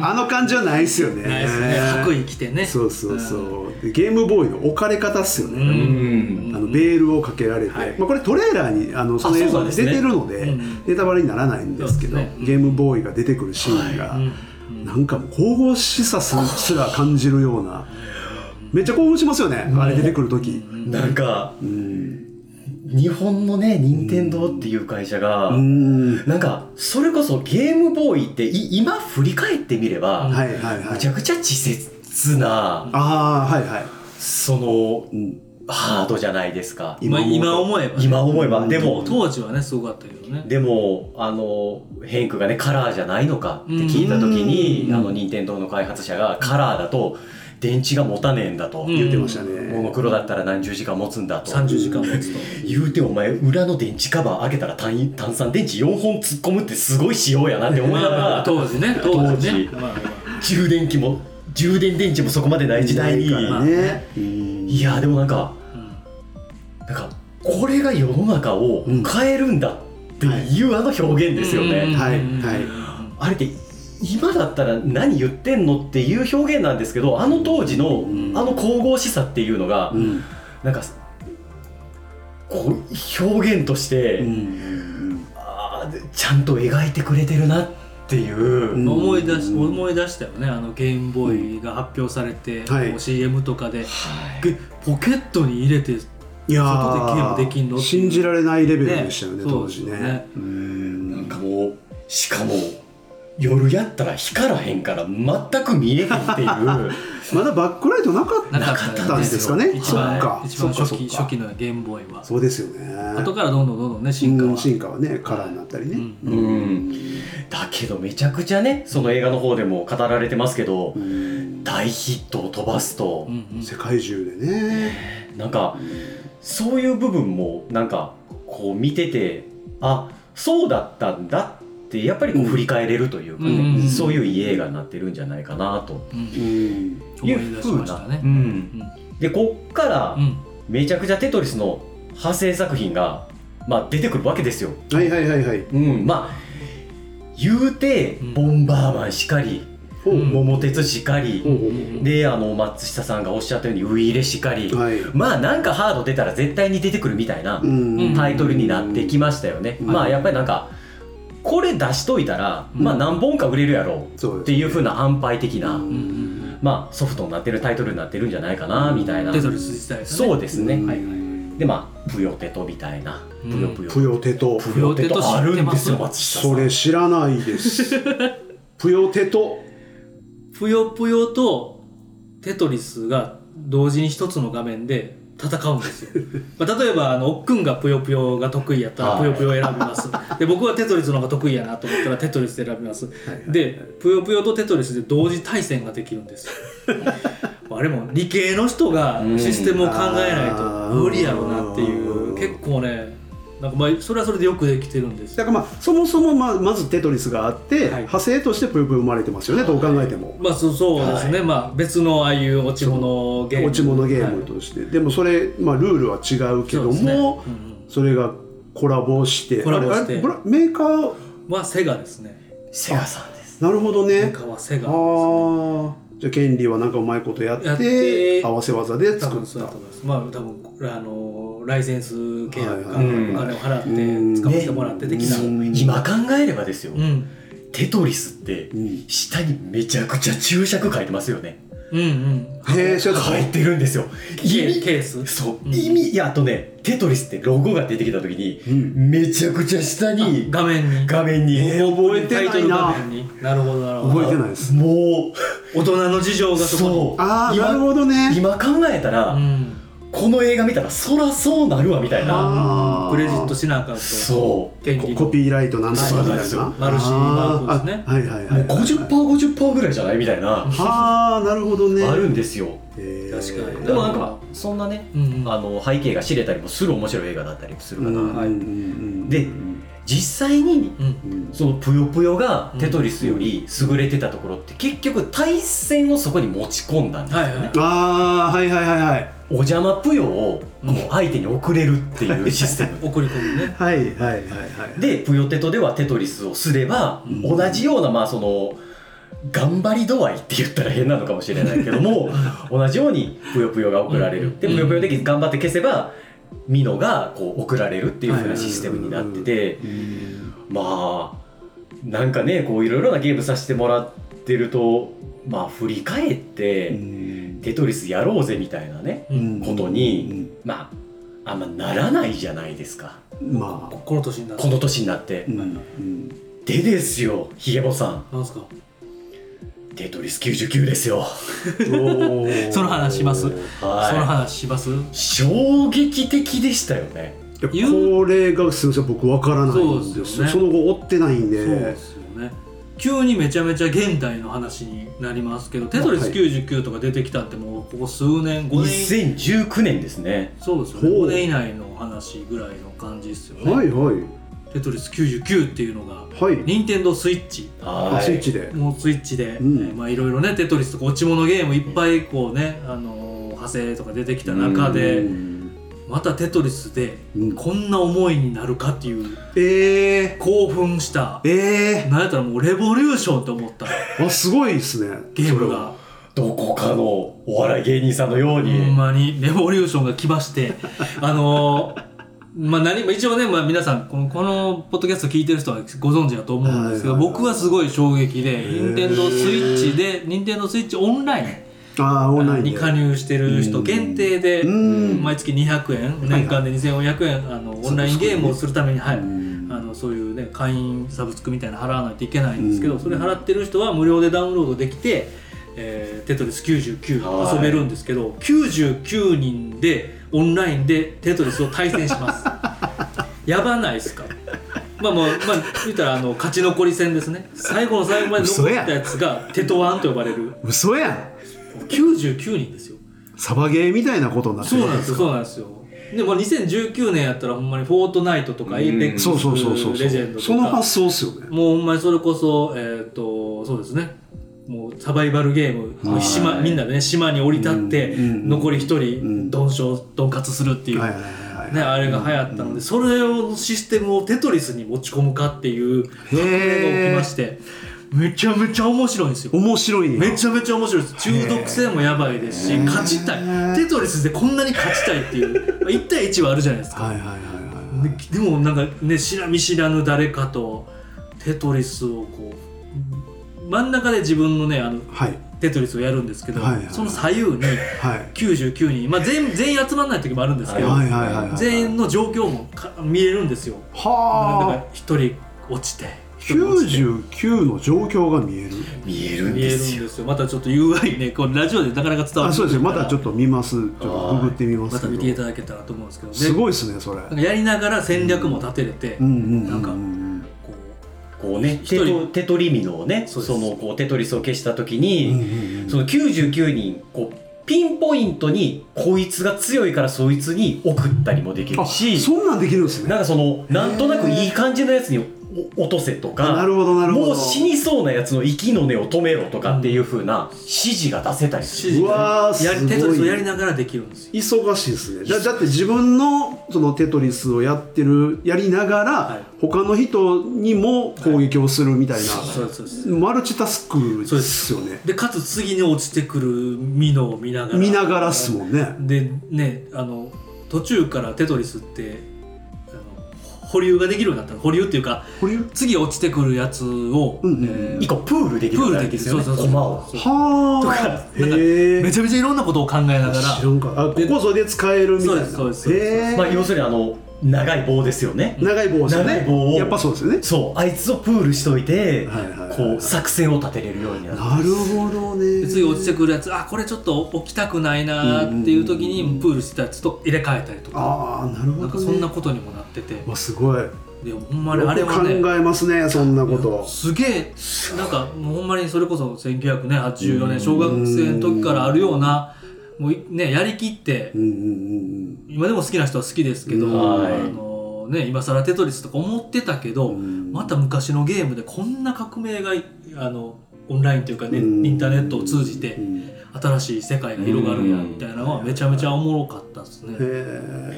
Speaker 3: あの感じはないっすよね
Speaker 2: ないですね白衣着てね
Speaker 3: そうそうそ
Speaker 2: ん
Speaker 3: うでゲームボーイの置かれ方っすよ
Speaker 2: う
Speaker 3: ね
Speaker 1: うん
Speaker 3: あのベールをかけられて、
Speaker 2: はい
Speaker 3: まあ、これトレーラーにあのその映
Speaker 1: そうなん
Speaker 3: 像で
Speaker 1: です
Speaker 3: 出
Speaker 1: ね
Speaker 3: てるので
Speaker 2: うん
Speaker 3: ネタバレにならないんですけど
Speaker 2: そうですねうん
Speaker 3: ゲームボーイが出てくるシーンが、
Speaker 2: うん
Speaker 3: なんかもう神々しさすすら感じるようなめっちゃ興奮しますよね、あれ出てくる時
Speaker 1: なんか
Speaker 3: うん
Speaker 1: 日本のね任天堂っていう会社が、
Speaker 3: うん
Speaker 1: なんかそれこそゲームボーイってい今振り返ってみれば、
Speaker 2: うん
Speaker 3: はいはいは
Speaker 1: む
Speaker 3: い
Speaker 1: ちゃくちゃ稚拙な
Speaker 3: ああはいはい、
Speaker 1: その
Speaker 3: うん、
Speaker 1: ハードじゃないですか
Speaker 2: 今今思えばね、
Speaker 1: 今思えば、
Speaker 3: うん
Speaker 1: でも
Speaker 2: 当時はねすごかったけどね
Speaker 1: でもあのヘンクがねカラーじゃないのかって聞いた時に、
Speaker 3: うん
Speaker 1: あの任天堂の開発者がカラーだと電池が持たねえんだと、
Speaker 2: うん
Speaker 3: 言ってましたね、
Speaker 1: モノクロだったら何十時間持つんだと
Speaker 2: 30時間持つと
Speaker 1: 言うてお前裏の電池カバー開けたら単位炭酸電池4本突っ込むってすごい仕様やなって思いなが
Speaker 2: まあ
Speaker 1: ら
Speaker 2: 当時ね当時ね
Speaker 1: 当時
Speaker 2: まあま
Speaker 1: 充電器も充電電池もそこまでない時代に
Speaker 3: ないからね、
Speaker 1: いやでもなんか
Speaker 2: あうん
Speaker 1: なんかこれが世の中を
Speaker 3: うん
Speaker 1: 変えるんだっていうあの表現ですよね、
Speaker 2: うん
Speaker 3: はい
Speaker 2: うん
Speaker 3: はい
Speaker 1: あれって今だったら何言ってんのっていう表現なんですけどあの当時の、
Speaker 3: ん
Speaker 1: あの神々しさっていうのが、
Speaker 3: うん
Speaker 1: なんかこう表現として、
Speaker 3: うん
Speaker 1: あーちゃんと描いてくれてるなっていう、
Speaker 3: ん
Speaker 2: 思い出し
Speaker 3: うん
Speaker 2: 思い出したよねあのゲームボーイが発表されて、
Speaker 3: はい
Speaker 2: こう CM とか
Speaker 1: は
Speaker 2: で、
Speaker 1: い
Speaker 2: でポケットに入れて
Speaker 3: いや
Speaker 2: 外でゲームできんの
Speaker 3: ー
Speaker 2: っていう
Speaker 3: 信じられないレベルでしたよね
Speaker 2: ね
Speaker 3: 当時ね
Speaker 2: そうですよね
Speaker 3: うん
Speaker 1: なんかもうしかも夜やったら光らへんから全く見えへんっていう
Speaker 3: まだバックライトなかった
Speaker 2: なかった
Speaker 3: なんですかね
Speaker 2: 一番
Speaker 3: そっか
Speaker 2: 一番
Speaker 3: そ
Speaker 2: 初
Speaker 3: っか
Speaker 2: 期
Speaker 3: そっか
Speaker 2: 初期のゲームボーイは
Speaker 3: そうですよね
Speaker 2: 後からどんどんどんどんね進化
Speaker 3: う
Speaker 2: は
Speaker 3: ん進化はねカラーになったりね、
Speaker 1: <laughs>
Speaker 2: う
Speaker 1: うんだけどめちゃくちゃねその映画の方でも語られてますけど
Speaker 3: うん
Speaker 1: 大ヒットを飛ばすと
Speaker 2: うんうん
Speaker 3: 世界中でね
Speaker 1: なんかそういう部分もなんかこう見ててあそうだったんだってやっぱりこう
Speaker 3: うん
Speaker 1: 振り返れるというか
Speaker 2: うん
Speaker 1: ね、
Speaker 2: うんうん
Speaker 1: そういういい映画になってるんじゃないかなと
Speaker 2: うん
Speaker 3: うん
Speaker 1: い
Speaker 2: 思
Speaker 1: う
Speaker 2: い出
Speaker 1: ふ
Speaker 2: し
Speaker 1: う
Speaker 2: ました
Speaker 1: な。う
Speaker 2: ね
Speaker 1: んでこっから
Speaker 2: うん
Speaker 1: めちゃくちゃテトリスの派生作品が、まあ、出てくるわけですよ。
Speaker 3: はいはいはいはい
Speaker 1: うん、まあ言うて
Speaker 2: う
Speaker 1: 「
Speaker 2: ん
Speaker 1: ボンバーマン」しかり
Speaker 3: ほう
Speaker 2: う
Speaker 1: 「
Speaker 2: ん
Speaker 1: 桃鉄」しかり、
Speaker 3: ほうほ
Speaker 2: うん
Speaker 1: であの松下さんがおっしゃったように「ウイイレ」しかり、
Speaker 3: うはい
Speaker 1: まあなんかハード出たら絶対に出てくるみたいな
Speaker 3: うん
Speaker 1: タイトルになってきましたよね。
Speaker 3: うん
Speaker 1: まあやっぱりなんかこれ出しといたら、まあ
Speaker 2: うん
Speaker 1: 何本か売れるやろ
Speaker 3: そ
Speaker 1: う
Speaker 3: うで
Speaker 1: っ
Speaker 3: す
Speaker 1: ていう風な安牌的な、
Speaker 3: うん
Speaker 2: うん
Speaker 1: まあソフトになってるタイトルになってるんじゃないかなみたいな、
Speaker 2: テトリス自体がね
Speaker 1: そうですね、
Speaker 3: うん
Speaker 2: はいは
Speaker 1: でまあぷよテトみたいな
Speaker 2: うん
Speaker 1: ぷよぷよ、
Speaker 3: ぷよテト
Speaker 1: ぷよテトあるんですよ
Speaker 2: ぷよテト
Speaker 1: 松
Speaker 2: 知ってま
Speaker 1: 下さん
Speaker 3: それ知らないですぷよテト
Speaker 2: ぷよぷよとテトリスが同時に一つの画面で戦うんです
Speaker 3: <laughs>
Speaker 2: よ、まあ、例えばあのおっくんがぷよぷよが得意やったら
Speaker 1: はい
Speaker 2: ぷよぷよ選びますで僕はテトリスの方が得意やなと思ったらテトリス選びますでぷよぷよとテトリスで同時対戦ができるん
Speaker 3: <laughs>
Speaker 2: ですよあれも理系の人がシステムを考えないと無理やろうなっていう
Speaker 3: うん
Speaker 2: 結構ねなんかまあそれはそれでよくできてるんです
Speaker 3: だ
Speaker 2: よ
Speaker 3: からまあそもそもまあまずテトリスがあって、
Speaker 2: い
Speaker 3: 派生としてぷよぷよ生まれてますよね、どう考えても。
Speaker 2: まあそうそうですね、
Speaker 1: は
Speaker 2: まあ別のああいう落ち物ゲーム
Speaker 3: 落ち物ゲー
Speaker 2: はい
Speaker 3: ムとして、でもそれ、まあ、ルールは違うけど
Speaker 2: そうで
Speaker 3: も
Speaker 2: す
Speaker 3: そ,、
Speaker 2: ねうんうん
Speaker 3: れがコラボして
Speaker 2: コラボして
Speaker 3: あれあれブラメーカー
Speaker 2: はセガですね。
Speaker 1: セガさんです
Speaker 3: なるほど
Speaker 2: メー
Speaker 3: ね
Speaker 2: カーはセガ
Speaker 3: あ。あじゃあ権利はなんかうまいことやって
Speaker 2: やって
Speaker 3: 合わせ技で
Speaker 2: 多
Speaker 3: 作
Speaker 2: 分
Speaker 3: っ
Speaker 2: そうだと
Speaker 3: た
Speaker 2: 思います。まあ多分これあのーライセンス契約かお
Speaker 3: はい
Speaker 1: はいはい
Speaker 2: 金を
Speaker 3: う
Speaker 2: 払っ
Speaker 3: ん
Speaker 2: て使わせてもらって的な。
Speaker 3: う
Speaker 2: うん
Speaker 3: ん
Speaker 1: 今考えればですよ、
Speaker 2: うん
Speaker 1: テトリスって
Speaker 3: うん
Speaker 1: 下にめちゃくちゃ注釈書いてますよね
Speaker 2: うん。
Speaker 3: へえそ
Speaker 1: 書
Speaker 3: れだ
Speaker 1: いてるんですよ意
Speaker 2: ケ
Speaker 1: 味
Speaker 2: ケース。
Speaker 1: そう、
Speaker 2: うん
Speaker 1: 意味いやあとねテトリスってロゴが出てきた時に
Speaker 3: うん
Speaker 1: めちゃくちゃ下に
Speaker 2: 画面に。
Speaker 1: 画面に
Speaker 3: えー覚えて
Speaker 2: タイ
Speaker 3: な
Speaker 2: ト
Speaker 3: い
Speaker 2: ル画
Speaker 3: な
Speaker 2: 面に。なるほどなるほ
Speaker 3: 覚
Speaker 2: ど。
Speaker 3: えてないです
Speaker 1: も
Speaker 2: 大人の事情
Speaker 1: う
Speaker 2: がそ
Speaker 1: そ
Speaker 2: こ
Speaker 1: う
Speaker 3: ああ
Speaker 1: 今
Speaker 3: なるほどね
Speaker 1: 今考えたら、
Speaker 2: に。うん。
Speaker 1: この映画見たらそらそうなるわみたいな
Speaker 3: あ
Speaker 2: ク
Speaker 3: ー
Speaker 2: レジットしなあかんと。
Speaker 1: そ
Speaker 2: 権
Speaker 3: コ
Speaker 2: 利の。
Speaker 3: コピーライトなんとかみた
Speaker 1: そうな
Speaker 3: いな
Speaker 1: んですよ
Speaker 2: マルチマークですね
Speaker 3: あーあはいはいうは
Speaker 1: も
Speaker 3: いう
Speaker 1: 50%50% ぐらいじゃないみたいな、
Speaker 3: ああなるほどね
Speaker 1: あるんですよ
Speaker 3: へー
Speaker 2: 確かに
Speaker 1: でもなんかそんなね
Speaker 2: うんうん。
Speaker 1: あの背景が知れたりもする面白い映画だったりもするか
Speaker 3: う
Speaker 1: ら、
Speaker 3: ん
Speaker 2: はい
Speaker 3: うん
Speaker 1: で
Speaker 3: うん
Speaker 1: 実際に
Speaker 2: うん。
Speaker 3: うん
Speaker 1: そのぷよぷよがテトリスより優れてたところって結局対戦をそこに持ち込んだんですよね、
Speaker 2: はいはい
Speaker 3: ああはいはいはいはい
Speaker 1: お邪魔ぷよを
Speaker 2: うん
Speaker 1: もう相手に送れるって
Speaker 2: <laughs>
Speaker 1: いうシステム
Speaker 2: 送り込むね。
Speaker 3: はいはいはいはい
Speaker 1: でぷよテトではテトリスをすれば、
Speaker 3: うん
Speaker 1: 同じようなまあその頑張り度合いって言ったら変なのかもしれないけど
Speaker 2: <laughs>
Speaker 1: も同じようにぷよぷよが送られる、で
Speaker 2: うん
Speaker 1: ぷよぷよで頑張って消せばミノがこう送られるっていう風なシステムになってて、
Speaker 3: うん
Speaker 1: まあなんかねこういろいろなゲームさせてもらっってるとまあ振り返っ
Speaker 3: う
Speaker 1: て「
Speaker 3: ん
Speaker 1: テトリスやろうぜ」みたいなね
Speaker 2: うん
Speaker 1: ことにまああんまならないじゃないですか
Speaker 3: うんまあ、
Speaker 2: この年になって
Speaker 1: この年になって
Speaker 3: うんうん
Speaker 1: でですよひげぼさん
Speaker 2: なんすか
Speaker 1: 「テトリス99」ですよ
Speaker 3: お
Speaker 1: <laughs>
Speaker 3: ー
Speaker 2: その話します
Speaker 3: い
Speaker 2: その
Speaker 1: は
Speaker 2: 話します
Speaker 1: い衝撃的でしたよね
Speaker 3: や
Speaker 2: 言
Speaker 3: これがすいません僕わからないん
Speaker 2: そう
Speaker 3: で
Speaker 2: ですす
Speaker 3: よ
Speaker 2: よね
Speaker 3: その後追ってないん
Speaker 2: そうで
Speaker 3: です
Speaker 2: よね急にめちゃめちゃ現代の話になりますけど「テトリス
Speaker 3: はい
Speaker 2: 99」とか出てきたってもうここ数年5年
Speaker 1: 2019年ですね
Speaker 2: そうですよね
Speaker 3: ほう
Speaker 2: 5年以内の話ぐらいの感じですよね、
Speaker 3: はいはい
Speaker 2: テトリス99っていうのが
Speaker 3: はい
Speaker 2: 任天堂スイッチ
Speaker 1: は
Speaker 3: あ
Speaker 1: い
Speaker 3: スイッチで
Speaker 2: もうスイッチで、
Speaker 3: うん
Speaker 2: えーまあいろいろねテトリスとか落ち物ゲームいっぱいこうね、あのー派生とか出てきた中
Speaker 3: う
Speaker 2: で
Speaker 3: ん
Speaker 2: またテトリスで
Speaker 3: うん
Speaker 2: こんな思いになるかっていう
Speaker 3: え
Speaker 2: 興奮した
Speaker 3: ーえ
Speaker 2: なんやったらもうレボリューションと思った
Speaker 3: ーあすごいですね
Speaker 2: ゲームが
Speaker 1: どこかのお笑い芸人さんのよう
Speaker 2: ほ
Speaker 1: に、
Speaker 2: んまにレボリューションが来まして
Speaker 3: <laughs>
Speaker 2: あのーまあ何も一応ね、まあ、皆さんこのこのポッドキャスト聞いてる人はご存知だと思うんですけど
Speaker 3: はいはいはい
Speaker 2: 僕はすごい衝撃で
Speaker 3: ー
Speaker 2: 任天堂スイッチで任天堂スイッチオンライン
Speaker 3: それはあーオンラインで
Speaker 2: に加入してる人限定で
Speaker 3: うん
Speaker 2: 毎月200円年間で2400円あのオンラインゲームをするためにはいあ
Speaker 3: ん
Speaker 2: のそういうね会員サブスクみたいなの払わないといけないんですけ
Speaker 3: う
Speaker 2: ど
Speaker 3: ん
Speaker 2: それ払ってる人は無料でダウンロードできて「えーテトリス
Speaker 1: は
Speaker 2: 99」
Speaker 1: い
Speaker 2: 遊べるんですけど99人でオンラインでテトリスを対戦し
Speaker 3: <laughs>
Speaker 2: ます。やばないですかまあもうまあ言ったらあの勝ち残り戦ですね最後の最後まで残ったやつがテトワンと呼ばれる
Speaker 3: 嘘やん
Speaker 2: 99人ですよ
Speaker 3: サバゲーみたいなことになって
Speaker 2: そう
Speaker 3: る
Speaker 2: なんですよそうなんですよでも2019年やったらほんまに「フォートナイト」とか「エイペックス
Speaker 3: そうそうそうそう
Speaker 2: レジェンド」と
Speaker 3: その
Speaker 2: か
Speaker 3: 発想っすよね
Speaker 2: もうほんまにそれこそえっ、とそうですねもうサバイバルゲーム、
Speaker 1: はい
Speaker 2: 島みんなでね島に降り立って、
Speaker 3: うんうん
Speaker 2: 残り一
Speaker 3: ん
Speaker 2: 人どんしょうどんかつするっていう、
Speaker 3: はいはいはいはい
Speaker 2: ね、あれが流行ったので、それをシステムをテトリスに持ち込むかっていう革命が起きましてめちゃめちゃ面白いんですよ
Speaker 3: 面白いんや
Speaker 2: めちゃめちゃ面白いです中毒性もやばいですし
Speaker 3: へー
Speaker 2: 勝ちたいテトリスでこんなに勝ちたいっていうまあ1対1はあるじゃないですか、
Speaker 3: はいはいはいはいはい
Speaker 2: ででもなんかね知ら見知らぬ誰かとテトリスをこう真ん中で自分のねあの
Speaker 3: はい
Speaker 2: テトリスをやるんですけど、
Speaker 3: はいはい
Speaker 2: その左右に
Speaker 3: はい
Speaker 2: 99人、まあ、全全員集まらない時もあるんですけど、
Speaker 3: はいはいはいはい
Speaker 2: 全員の状況もか見えるんですよだから
Speaker 3: はあ
Speaker 2: 一人落ちて一人落ちて
Speaker 3: 99の状況が見える
Speaker 1: 見えるん
Speaker 2: 見え
Speaker 1: で
Speaker 2: るん
Speaker 1: すよ
Speaker 2: ですよまたちょっと UI ねこのラジオでなかなか伝わらない
Speaker 3: あそうですねまたちょっ
Speaker 2: と
Speaker 3: と見ますちょっとググってみます
Speaker 2: また
Speaker 3: け
Speaker 2: 見ていた
Speaker 3: ど
Speaker 2: だけたらと思うんですけどね
Speaker 3: すごいですねそれ
Speaker 2: なんかやりながら戦略も立てれて、
Speaker 3: うんうん
Speaker 2: なんか
Speaker 3: うん
Speaker 2: こ
Speaker 1: こうね
Speaker 2: 一
Speaker 1: テ
Speaker 2: 人
Speaker 1: トテトリミのをね
Speaker 2: そ
Speaker 1: そう
Speaker 2: です
Speaker 1: のこうテトリスを消した時
Speaker 3: うん
Speaker 1: に、
Speaker 3: うん
Speaker 1: その99人こうピンポイントにこいつが強いからそいつに送ったりもできる
Speaker 3: あ
Speaker 1: し
Speaker 3: そんなんできるんです
Speaker 1: な
Speaker 3: ね
Speaker 1: んかそのなんとなく
Speaker 3: へー
Speaker 1: いい感じのやつにお落とせと
Speaker 3: あな
Speaker 1: か
Speaker 3: るほどなるほ
Speaker 1: も
Speaker 3: ど
Speaker 1: う死にそうなやつの息の根を止めろとかっていう風な指示が出せたりする
Speaker 2: う
Speaker 3: うわー
Speaker 2: やり
Speaker 3: すごい
Speaker 2: テトリスをやりながらできるんですよ
Speaker 3: 忙しいですねだだって自分のそのテトリスをやってるやりながら、
Speaker 2: はい
Speaker 3: 他の人にも攻撃をするみたいな、
Speaker 2: そうですそうです
Speaker 3: マルチタスクですよね
Speaker 2: でかつ次に落ちてくるミノを見ながら
Speaker 3: 見ながらっすもんね
Speaker 2: でねあの途中からテトリスってあの保留ができるようになったの保留っていうか
Speaker 3: これは
Speaker 2: 次落ちてくるやつを、
Speaker 3: うんうんうん
Speaker 2: えー
Speaker 1: 一個プールできる
Speaker 2: プー
Speaker 1: ように
Speaker 2: ル
Speaker 1: なる
Speaker 2: で
Speaker 1: ん
Speaker 2: き
Speaker 1: で
Speaker 2: る
Speaker 1: すよね
Speaker 2: そうそうそう
Speaker 1: 駒を
Speaker 2: そう
Speaker 3: あ
Speaker 2: とかなんか
Speaker 3: へえ
Speaker 2: めちゃめちゃいろんなことを考えながら
Speaker 3: 知らんかったあここぞで使えるみたいな
Speaker 2: そうですそうです
Speaker 3: へえ
Speaker 1: まあ要するにあの長い棒ですよね、
Speaker 3: 長い棒ですよね
Speaker 1: 長い棒を
Speaker 3: やっぱそうですよね
Speaker 1: そうあいつをプールしといて、
Speaker 3: はいはいはい
Speaker 1: こう作戦を立てれるようになる
Speaker 3: なるほどね
Speaker 2: で次落ちてくるやつあこれちょっと置きたくないなーっていう時
Speaker 3: うんうんうんう
Speaker 2: に
Speaker 3: ん
Speaker 2: プールしてたやつと入れ替えたりとか
Speaker 3: ああなるほ
Speaker 2: なん
Speaker 3: ど、ね、
Speaker 2: かそんなことにもなってて
Speaker 3: わすごい
Speaker 2: でほんまにあれ
Speaker 3: よく
Speaker 2: はね
Speaker 3: 考えますねそんなこと
Speaker 2: すげえなんかもうほんまにそれこそ1984年小学生の時からあるようなもういねやりきって
Speaker 3: うんうんうん
Speaker 2: 今でも好きな人は好きですけど、
Speaker 1: はい
Speaker 2: あのね、今更テトリスとか思ってたけど、
Speaker 3: うん
Speaker 2: また昔のゲームでこんな革命があのオンラインというか、
Speaker 3: う
Speaker 2: ね、イ
Speaker 3: ん
Speaker 2: ンターネットを通じ
Speaker 3: う
Speaker 2: て
Speaker 3: んへ
Speaker 2: 新しい世界が広がるんやみたいなのはめちゃめちゃおもろかったですね。
Speaker 3: え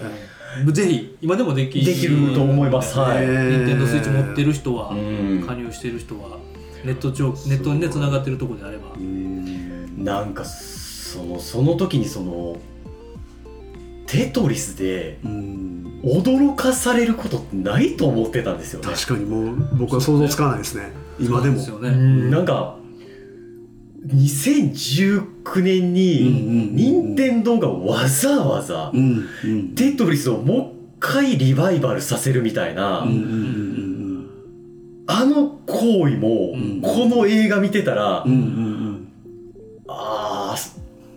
Speaker 2: ぜひ今でもでき
Speaker 1: できると思います、は
Speaker 3: へ
Speaker 1: い、
Speaker 3: ー
Speaker 2: 任天堂スイッチ持ってる人は、
Speaker 1: うん
Speaker 2: 加入してる人はネット上ネットにねつながってるところであれば
Speaker 1: なんかそのその時にそのテトリスで
Speaker 3: うん
Speaker 1: 驚かされることってないと思ってたんですよね
Speaker 3: 確かにもう僕は想像つかないですね今でも
Speaker 2: そう
Speaker 1: う
Speaker 2: なんですよね
Speaker 1: んなんか2019年
Speaker 3: うんうんうん
Speaker 1: に
Speaker 3: うん
Speaker 1: 任天堂がわざわざ
Speaker 3: うんうん
Speaker 1: テトリスをもう一回リバイバルさせるみたいな、
Speaker 3: うんうんうん
Speaker 1: あの行為も、
Speaker 2: うん
Speaker 1: この映画見てたら、
Speaker 3: うんうんうん
Speaker 1: ああ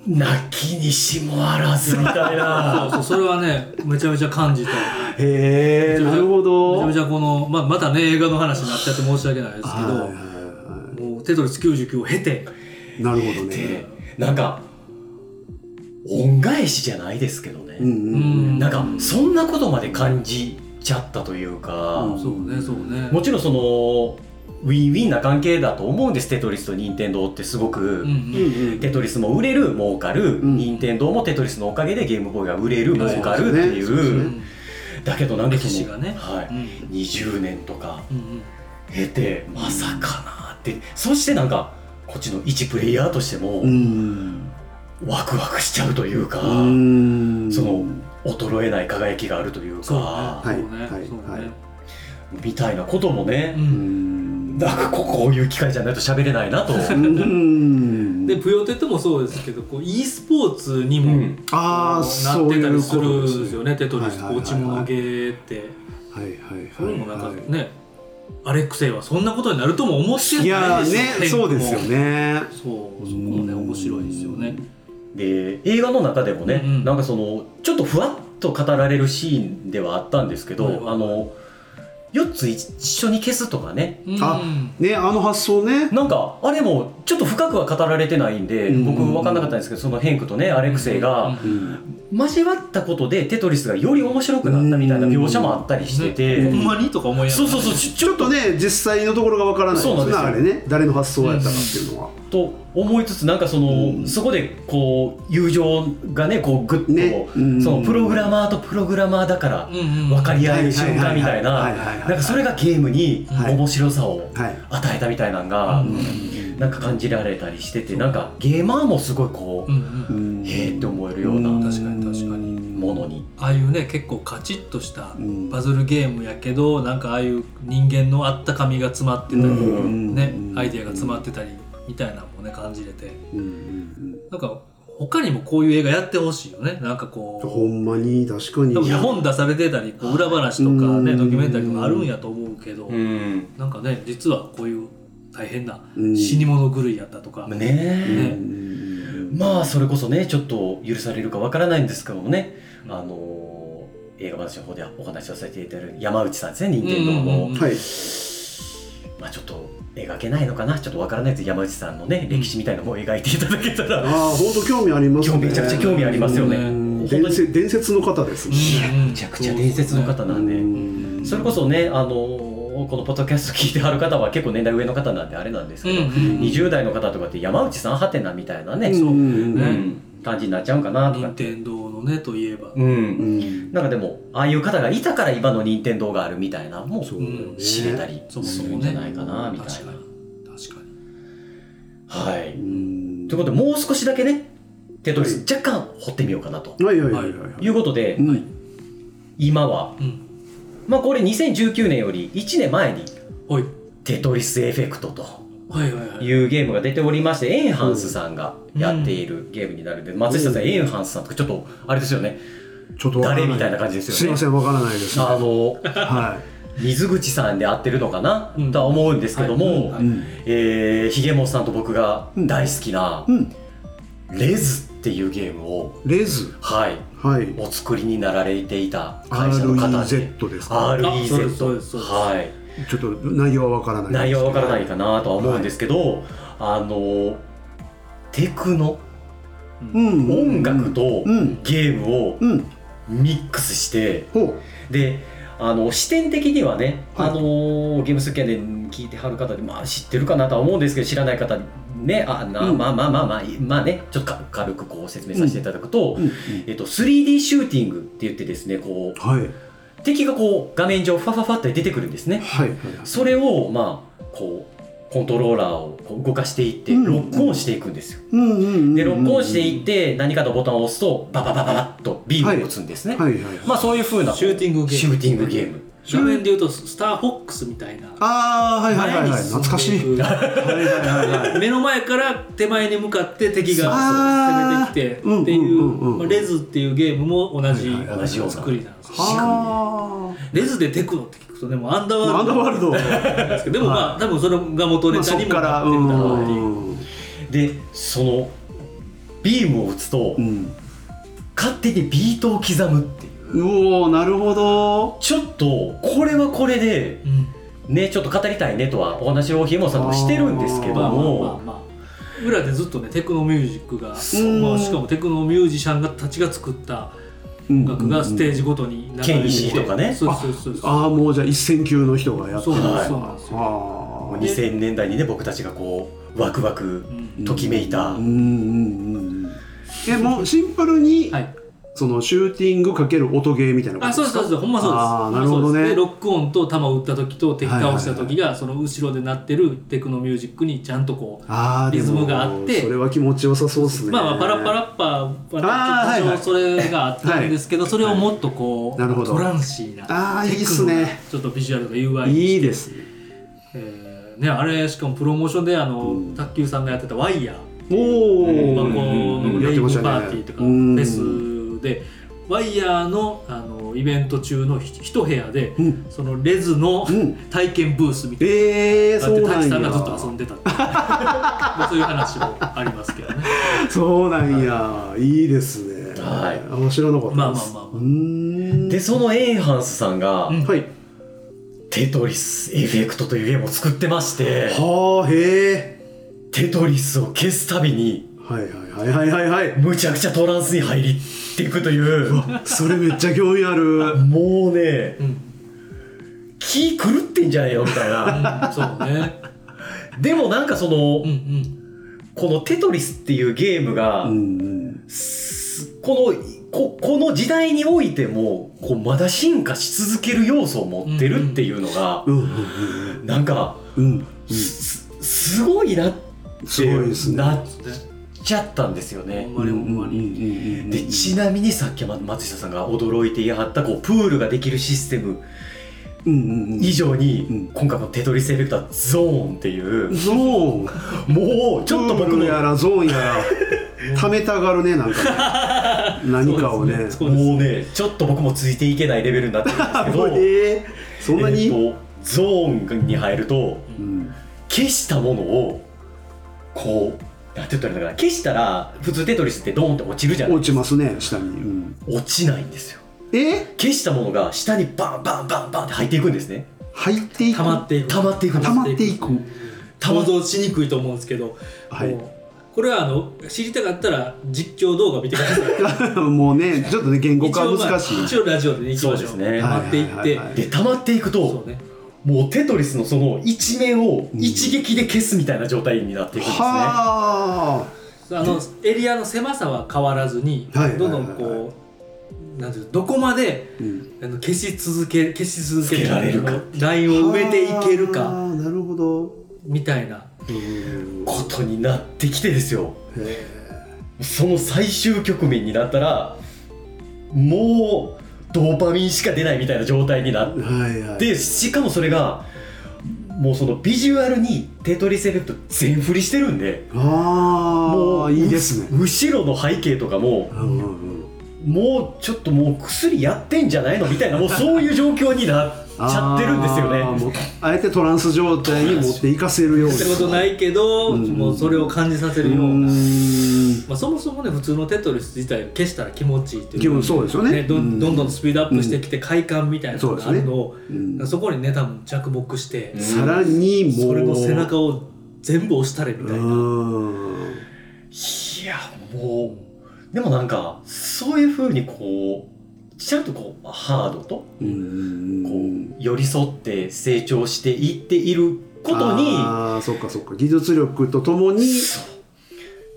Speaker 1: 泣きにしもあらずみたい
Speaker 2: そう
Speaker 1: な
Speaker 2: そうそれはねめちゃめちゃ感じ
Speaker 3: <laughs>
Speaker 2: た
Speaker 3: へえなるほ
Speaker 2: めち
Speaker 3: ど
Speaker 2: ゃめちゃこの、まあ、またね映画の話になっちゃって申し訳ないですけど、
Speaker 3: はいはいは
Speaker 2: もうテトリス99を経て
Speaker 3: いなるほどね
Speaker 1: で <laughs> なんか恩返しじゃないですけどね、
Speaker 3: うんうん
Speaker 1: なんかそんなことまで感じちゃったというか、
Speaker 3: うん
Speaker 2: そうねそうね
Speaker 1: もちろんそのウィンウィンな関係だと思うんですテトリスと任天堂ってすごく、
Speaker 2: うんうん
Speaker 3: うんうん
Speaker 1: テトリスも売れる儲かる、
Speaker 3: うん
Speaker 1: 任天堂もテトリスのおかげでゲームボーイが売れる儲かるってい
Speaker 3: そうですねそう
Speaker 1: う
Speaker 3: ですね
Speaker 1: だけどなんで
Speaker 2: 歴史
Speaker 1: そ
Speaker 2: が
Speaker 1: の、
Speaker 2: ね
Speaker 1: は
Speaker 2: うん
Speaker 1: い、20年とか
Speaker 2: うん
Speaker 1: 経てまさかなってそしてなんかこっちの一プレイヤーとしても
Speaker 3: うん
Speaker 1: ワクワクしちゃうというか、
Speaker 3: うん
Speaker 1: その衰えない輝きがあるという
Speaker 2: そうね
Speaker 1: か
Speaker 2: そうね
Speaker 3: はいはい
Speaker 2: そうね
Speaker 3: はい
Speaker 1: みたいなことも
Speaker 2: う
Speaker 1: ね、
Speaker 3: うんん
Speaker 1: なんかここういう機会じゃないと喋れないなと。
Speaker 3: うん
Speaker 2: でプヨテットもそうですけどこう e スポーツに
Speaker 1: う
Speaker 2: も
Speaker 1: ん
Speaker 3: ああ
Speaker 2: な
Speaker 3: そ
Speaker 2: っ
Speaker 3: う
Speaker 2: てた
Speaker 3: い
Speaker 2: り
Speaker 3: う
Speaker 2: す
Speaker 3: こ
Speaker 2: る
Speaker 3: と
Speaker 2: ん
Speaker 3: で
Speaker 2: です
Speaker 3: す
Speaker 2: よねテトリス
Speaker 3: はいはいはいはい
Speaker 2: 落ち物ゲーって
Speaker 3: はいはいはい
Speaker 2: それもなんか
Speaker 3: はい
Speaker 2: ねアレックセイはそんなことになるとも思って
Speaker 3: いや
Speaker 2: ないですよ
Speaker 3: ーねそうですよね
Speaker 2: そうそこもね面白いですよね
Speaker 1: で映画の中でもね、
Speaker 2: うん
Speaker 1: なんかそのちょっとふわっと語られるシーンではあったんですけど、
Speaker 2: はいはい
Speaker 1: あの4つ一緒に消すとかね
Speaker 3: あ
Speaker 2: うん
Speaker 3: ねあの発想ね
Speaker 1: なんかあれもちょっと深くは語られてないんで、
Speaker 3: うん
Speaker 1: 僕分かんなかったんですけどそのヘンクとねアレクセイが
Speaker 3: うん
Speaker 1: 交わったことでテトリスがより面白くなったみたいな描写もあったりしてて、
Speaker 2: ほんまにとか思いなが
Speaker 1: そ
Speaker 2: ら
Speaker 1: うそうそうちょ
Speaker 3: ちょっとね実際のところがわからない
Speaker 1: そうなんですよ
Speaker 3: あれね誰の発想やったかっていうのは
Speaker 1: っと思いつつなんかその、
Speaker 3: うん
Speaker 1: そこでこう友情がねこうグッと、
Speaker 3: ねうん
Speaker 1: そのプログラマーとプログラマーだから
Speaker 2: うんうん
Speaker 1: 分かり合える瞬間みたいない
Speaker 3: ははいはいはいはいはい
Speaker 1: なんかそれがゲームに
Speaker 3: はい
Speaker 1: 面白さを
Speaker 3: はい
Speaker 1: 与えたみたいなのが
Speaker 3: ん
Speaker 1: なんか感じられたりしててなんかゲーマーもすごいこ
Speaker 2: うんうん
Speaker 1: うへえって思えるよう
Speaker 3: うん
Speaker 1: な
Speaker 2: 確かに確かに
Speaker 1: ものに
Speaker 2: ああいうね結構カチッとした
Speaker 3: うん
Speaker 2: パズルゲームやけどなんかああいう人間のあったかみが詰まってたり、
Speaker 1: うん
Speaker 2: ね、アイデアが詰まってたりみたいなのもね感じれて
Speaker 3: うんうん
Speaker 2: なんか他にもこういう映画やってほしいよねなんか
Speaker 3: うん
Speaker 2: こ
Speaker 3: ほんまに確かに
Speaker 2: う多分本出されてたりこう裏話とかね
Speaker 3: うん
Speaker 2: ドキュメンタリーとかあるんやと思うけど
Speaker 1: うん
Speaker 2: なんかね実はこういう大変な
Speaker 3: うん
Speaker 2: 死に物狂いやったとか、
Speaker 3: う
Speaker 1: ね
Speaker 3: ん
Speaker 1: え
Speaker 3: うん
Speaker 1: まあそれこそねちょっと許されるかわからないんですけどもねあの映画話の方でお話しさせていただいてる山内さんですね任天堂
Speaker 2: うんうんう
Speaker 1: の
Speaker 2: ん
Speaker 3: はい
Speaker 1: まあちょっと描けないのかなちょっとわからないです山内さんのね歴史みたいなのも描いていただけたら
Speaker 3: ああ本当興味ありますね
Speaker 1: 今日めちゃくちゃ興味ありますよね
Speaker 3: うん
Speaker 1: 本当に
Speaker 3: 伝説伝説の方ですもんね
Speaker 1: いやめちゃくちゃ伝説の方なんで、
Speaker 3: うん
Speaker 1: それこそねあのこのポッドキャスト聞いてはる方は結構年代上の方なんであれなんです
Speaker 2: う
Speaker 1: け
Speaker 2: ん
Speaker 1: ど、
Speaker 2: うん
Speaker 1: 20代の方とかって山内さんはてなみたいなね、
Speaker 3: うん
Speaker 1: うん
Speaker 2: ね
Speaker 1: 感じになっちゃうんかなとか
Speaker 2: 任、天堂のねといえば、
Speaker 1: う、
Speaker 3: うんん
Speaker 1: なんかでもああいう方がいたから今の任天堂があるみたいなのも
Speaker 3: そうだよね
Speaker 1: 知れたりす
Speaker 2: そもそ
Speaker 1: る
Speaker 2: も
Speaker 1: んじ
Speaker 2: ね
Speaker 1: ゃないかなみたい
Speaker 2: 確か
Speaker 1: な。
Speaker 2: に確かに
Speaker 1: は
Speaker 3: う
Speaker 1: い、
Speaker 3: ん
Speaker 1: ということでもう少しだけねテトリス
Speaker 3: は
Speaker 1: 若干掘ってみようかなと
Speaker 3: はいはいはいはい
Speaker 1: いうことで、
Speaker 3: うん
Speaker 1: 今は、
Speaker 2: うん
Speaker 1: まあ、これ2019年より1年前に
Speaker 2: はい
Speaker 1: 「テトリスエフェクト」と。
Speaker 2: はいはいはい
Speaker 1: いうゲームが出ておりまして、エンハンスさんがやっているゲームになるんで、松下さん、エンハンスさんとかちょっと、あれですよね、
Speaker 3: ちょっとわから
Speaker 1: 誰みたいな感じですよね
Speaker 3: すいませんわからないです
Speaker 1: あの、
Speaker 3: は
Speaker 1: 水口さんで合ってるのかな、
Speaker 2: うん
Speaker 1: とは思うんですけども、
Speaker 2: はい
Speaker 3: うん
Speaker 1: えー、ひげもんさんと僕が大好きな、
Speaker 3: うん
Speaker 1: レズっていうゲームを、
Speaker 3: レズ
Speaker 1: はい、
Speaker 3: はい
Speaker 1: お作りになられていた会社の方で、
Speaker 3: REZ ですか
Speaker 2: REZ あそうです
Speaker 1: REZ、
Speaker 2: そうです
Speaker 1: はい、
Speaker 3: ちょっと内容はわからない
Speaker 1: 内容はわからない
Speaker 3: か
Speaker 1: かなとは思うんですけど、あの、テクノ、
Speaker 3: うん
Speaker 1: 音楽と
Speaker 3: うん
Speaker 1: ゲームを、
Speaker 3: うん
Speaker 1: ミックスして
Speaker 3: ほ
Speaker 1: であの視点的にはね、
Speaker 3: はい
Speaker 1: あのーゲームスキャンで聞いてはる方で、まあ、知ってるかなとは思うんですけど知らない方ねあな、
Speaker 3: うん
Speaker 1: まあまあまあまあまあねちょっとか軽くこう説明させていただくと、
Speaker 3: ううんうん
Speaker 1: えっと、3D シューティングって言ってですねこ
Speaker 3: はいはいう
Speaker 1: 敵がこう画面上ファファファって出てくるんですね
Speaker 3: はい
Speaker 1: それをまあこうコントローラーをこう動かしていって
Speaker 3: うん
Speaker 1: ロックオンしていくんですよ、
Speaker 3: うんうんうん
Speaker 1: でロックオンしていって何かのボタンを押すとバババババッとビームを打つんですね、
Speaker 3: はいはい
Speaker 1: まあそういう風な
Speaker 2: シューティングゲーム
Speaker 1: シューティングゲーム
Speaker 2: 画面で言うとススターフォックスみたいな
Speaker 3: ああはいはいはいはい懐かし
Speaker 2: 前
Speaker 3: い
Speaker 2: に進んでいく
Speaker 3: はいはいはいはい
Speaker 2: 目の前から手前に向かって敵が攻
Speaker 3: あー
Speaker 2: めてき
Speaker 3: うんうんうんう
Speaker 2: てっ
Speaker 3: ん
Speaker 2: ていうまあレズっていうゲームも同じ
Speaker 1: はいはい同じような
Speaker 2: 作りなんですよ
Speaker 3: は
Speaker 2: レズでテクノって聞くとねもうアンダー
Speaker 3: あア
Speaker 2: ワー
Speaker 3: ンダーワー
Speaker 2: ル
Speaker 3: ルド
Speaker 2: ドなんですけどでもまあ多分それが元
Speaker 3: ま
Speaker 2: ネ
Speaker 3: あ
Speaker 2: タ
Speaker 3: そ
Speaker 2: に
Speaker 3: っ
Speaker 2: も
Speaker 3: から
Speaker 2: な
Speaker 3: う
Speaker 2: ってるだろうっていうん
Speaker 1: でそのビームを打つと、
Speaker 3: うん
Speaker 1: 勝手にビートを刻むっていう
Speaker 3: うおーなるほど
Speaker 1: ちょっとこれはこれで
Speaker 2: うん
Speaker 1: ねちょっと語りたいねとはお話をひもさんともしてるんですけど
Speaker 2: まあまあまあ
Speaker 1: も
Speaker 2: まあ裏でずっとねテクノミュージックが
Speaker 3: うん
Speaker 2: まあしかもテクノミュージシャンがたちが作った
Speaker 3: 音
Speaker 2: 音楽がステージごとに流れて
Speaker 1: うんうんうん剣士とかね
Speaker 2: そうそうそうそう
Speaker 3: ああもうじゃあ一線級の人がやって
Speaker 2: そう
Speaker 3: る
Speaker 2: なんで
Speaker 1: は
Speaker 2: す
Speaker 1: い
Speaker 2: そうなんですよ
Speaker 3: ああ
Speaker 1: 2000年代にね僕たちがこうワクワク
Speaker 2: うん
Speaker 1: ときめいた、
Speaker 3: うんうんうんでもうシンプルに、
Speaker 2: はい
Speaker 3: そのシューティングかける音ゲーみたいなこと
Speaker 2: あそうですそうですほんまそうです
Speaker 3: あーなるほどね
Speaker 2: でロックオンと弾を打った時と敵倒した時がその後ろで鳴ってるテクノミュージックにちゃんとこう
Speaker 3: あーでも
Speaker 2: リズムがあって
Speaker 3: それは気持ちよさそうですね
Speaker 2: まあまあパラッパラッパ
Speaker 3: あー
Speaker 2: は
Speaker 3: はい
Speaker 2: ちょ
Speaker 3: は
Speaker 2: っ
Speaker 3: い
Speaker 2: とそれがあったんですけどそれをもっとこう
Speaker 3: なるほど
Speaker 2: トランシーな
Speaker 3: あーいいっすね
Speaker 2: テクノなちょっとビジュアルとか UI に
Speaker 3: いいですね
Speaker 2: えーねあれしかもプロモーションであの卓球さんがやってたワイヤー
Speaker 3: お
Speaker 1: う
Speaker 2: 大
Speaker 1: ん
Speaker 2: 箱のレイブパーティーとかフェ
Speaker 3: うん
Speaker 2: スでワイヤーのあのイベント中のひ一部屋で
Speaker 3: うん
Speaker 2: そのレズの
Speaker 3: うん
Speaker 2: 体験ブースみたい
Speaker 3: えー、
Speaker 2: な
Speaker 3: そ
Speaker 2: の
Speaker 3: う
Speaker 2: があっ
Speaker 3: な
Speaker 2: てタチさ
Speaker 3: んや
Speaker 2: んがずっと遊んでた
Speaker 3: <laughs>
Speaker 2: っていうまあそういう話もありますけどね
Speaker 3: そうなんやいいですね
Speaker 1: はい
Speaker 3: 面白いのかったです
Speaker 2: まあまあまあまあ
Speaker 3: うーん
Speaker 1: でそのエンハンスさんが、
Speaker 2: うん
Speaker 3: はい
Speaker 1: テトリスエフェクトというゲームを作ってまして
Speaker 3: はあへえ
Speaker 1: テトリスを消すたびに
Speaker 3: はいはいはいはいはいはい
Speaker 1: むちゃくちゃトランスに入りっていくという
Speaker 3: それめっちゃ興味ある
Speaker 1: もうね
Speaker 2: うん
Speaker 1: 気狂ってんじゃねえよみたいな
Speaker 2: うんそうね
Speaker 1: でもなんかその、
Speaker 2: うんうん
Speaker 1: この「テトリス」っていうゲームが、
Speaker 3: うんうん
Speaker 1: すこのここの時代においてもこうまだ進化し続ける要素を持ってるっていうのが、
Speaker 3: うんうん
Speaker 1: なんか、
Speaker 3: うんうんうん
Speaker 1: すすごいなっ
Speaker 3: すごいです
Speaker 1: て
Speaker 3: ね
Speaker 1: なっ
Speaker 2: そうですね
Speaker 1: ちゃったんですよね
Speaker 2: ほん。まにほんまに
Speaker 1: でちなみにさっきま松下さんが驚いていやはったこうプールができるシステム以上に、
Speaker 3: うん
Speaker 1: 今回の「テトリスエフェクト」はゾーンっていう
Speaker 3: ゾーン
Speaker 1: もうちょっと僕
Speaker 3: プール
Speaker 1: の
Speaker 3: やらゾーンやら貯めたがるねなんかね何かをね
Speaker 2: そうです
Speaker 1: もうねちょっと僕もついていけないレベルになってるんですけど
Speaker 3: <laughs> えーそんなに、
Speaker 1: えーとゾーンに入ると
Speaker 3: うん
Speaker 1: 消したものをこうなんて言ったらいいのかな消したら普通テトリスってドーンって落ちるじゃない
Speaker 3: 落ちますね下に、うん、
Speaker 1: 落ちないんですよ
Speaker 3: え
Speaker 1: 消したものが下にバンバンバンバンって入っていくんですね
Speaker 3: 入っていく
Speaker 2: 溜まっていく
Speaker 1: 溜まっていくんです
Speaker 3: 溜まっていく
Speaker 2: 想像しにくいと思うんですけど
Speaker 3: はい
Speaker 2: もうこれはあの知りたかったら実況動画見てください
Speaker 3: <laughs> もうねちょっとね言語
Speaker 2: 一
Speaker 3: 化
Speaker 2: 応
Speaker 3: は
Speaker 2: まあ
Speaker 3: 難しい
Speaker 2: 一応ラジオでね行きましょ
Speaker 1: そううですね
Speaker 2: 溜まっていって、
Speaker 3: はいはいはいはい
Speaker 1: で溜まっていくと
Speaker 2: そうね
Speaker 1: もうテトリスのその一面を
Speaker 3: うん
Speaker 1: 一撃で消すみたいな状態になっていくんですね、
Speaker 3: は
Speaker 2: あのエリアの狭さは変わらずに、
Speaker 3: はいはいはい
Speaker 2: どんどんこうなんていうのどこまで
Speaker 3: あ、うん
Speaker 2: あの消し続け消し続け
Speaker 1: つけられるか
Speaker 2: ラインを埋めていける
Speaker 3: は
Speaker 2: か
Speaker 3: あなるほど
Speaker 2: みたいな
Speaker 3: うん
Speaker 1: ことになってきてですよ
Speaker 3: へ
Speaker 1: その最終局面になったらもうドーパミンしか出ないみたいな状態になっ
Speaker 3: ーはいはい
Speaker 1: でしかもそれがもうそのビジュアルにテトリスエフェクト全振りしてるんで
Speaker 3: あ
Speaker 1: も
Speaker 3: あ
Speaker 1: う
Speaker 3: い
Speaker 1: い
Speaker 3: いですね
Speaker 1: 後ろの背景とかも
Speaker 3: うんうんうん
Speaker 1: もうちょっともう薬やってんじゃないのみたいなもうそういう状況になっちゃってるんですよ
Speaker 3: あー
Speaker 1: ね
Speaker 3: もうあえてトランス状態に持っていかせるように
Speaker 2: することないいけど、
Speaker 3: うん
Speaker 2: もうそれを感じさせるような、
Speaker 3: ん
Speaker 2: まあ、そもそもね普通のテトリス自体を消したら気持ちいいという
Speaker 3: 気分そうですよね
Speaker 2: ど
Speaker 3: うん
Speaker 2: んどんどんスピードアップしてきて快感みたいなのがあるのを、
Speaker 3: うん
Speaker 2: そこにね多分着目して、
Speaker 1: うん
Speaker 3: さらにもう
Speaker 2: それの背中を全部押したれみたいな、
Speaker 3: うん
Speaker 1: いやもうでもなんかそういうふうにこうちゃんとこうハードと
Speaker 3: うん
Speaker 1: こう寄り添って成長していっていることに
Speaker 3: あーそっかそっか技術力とともに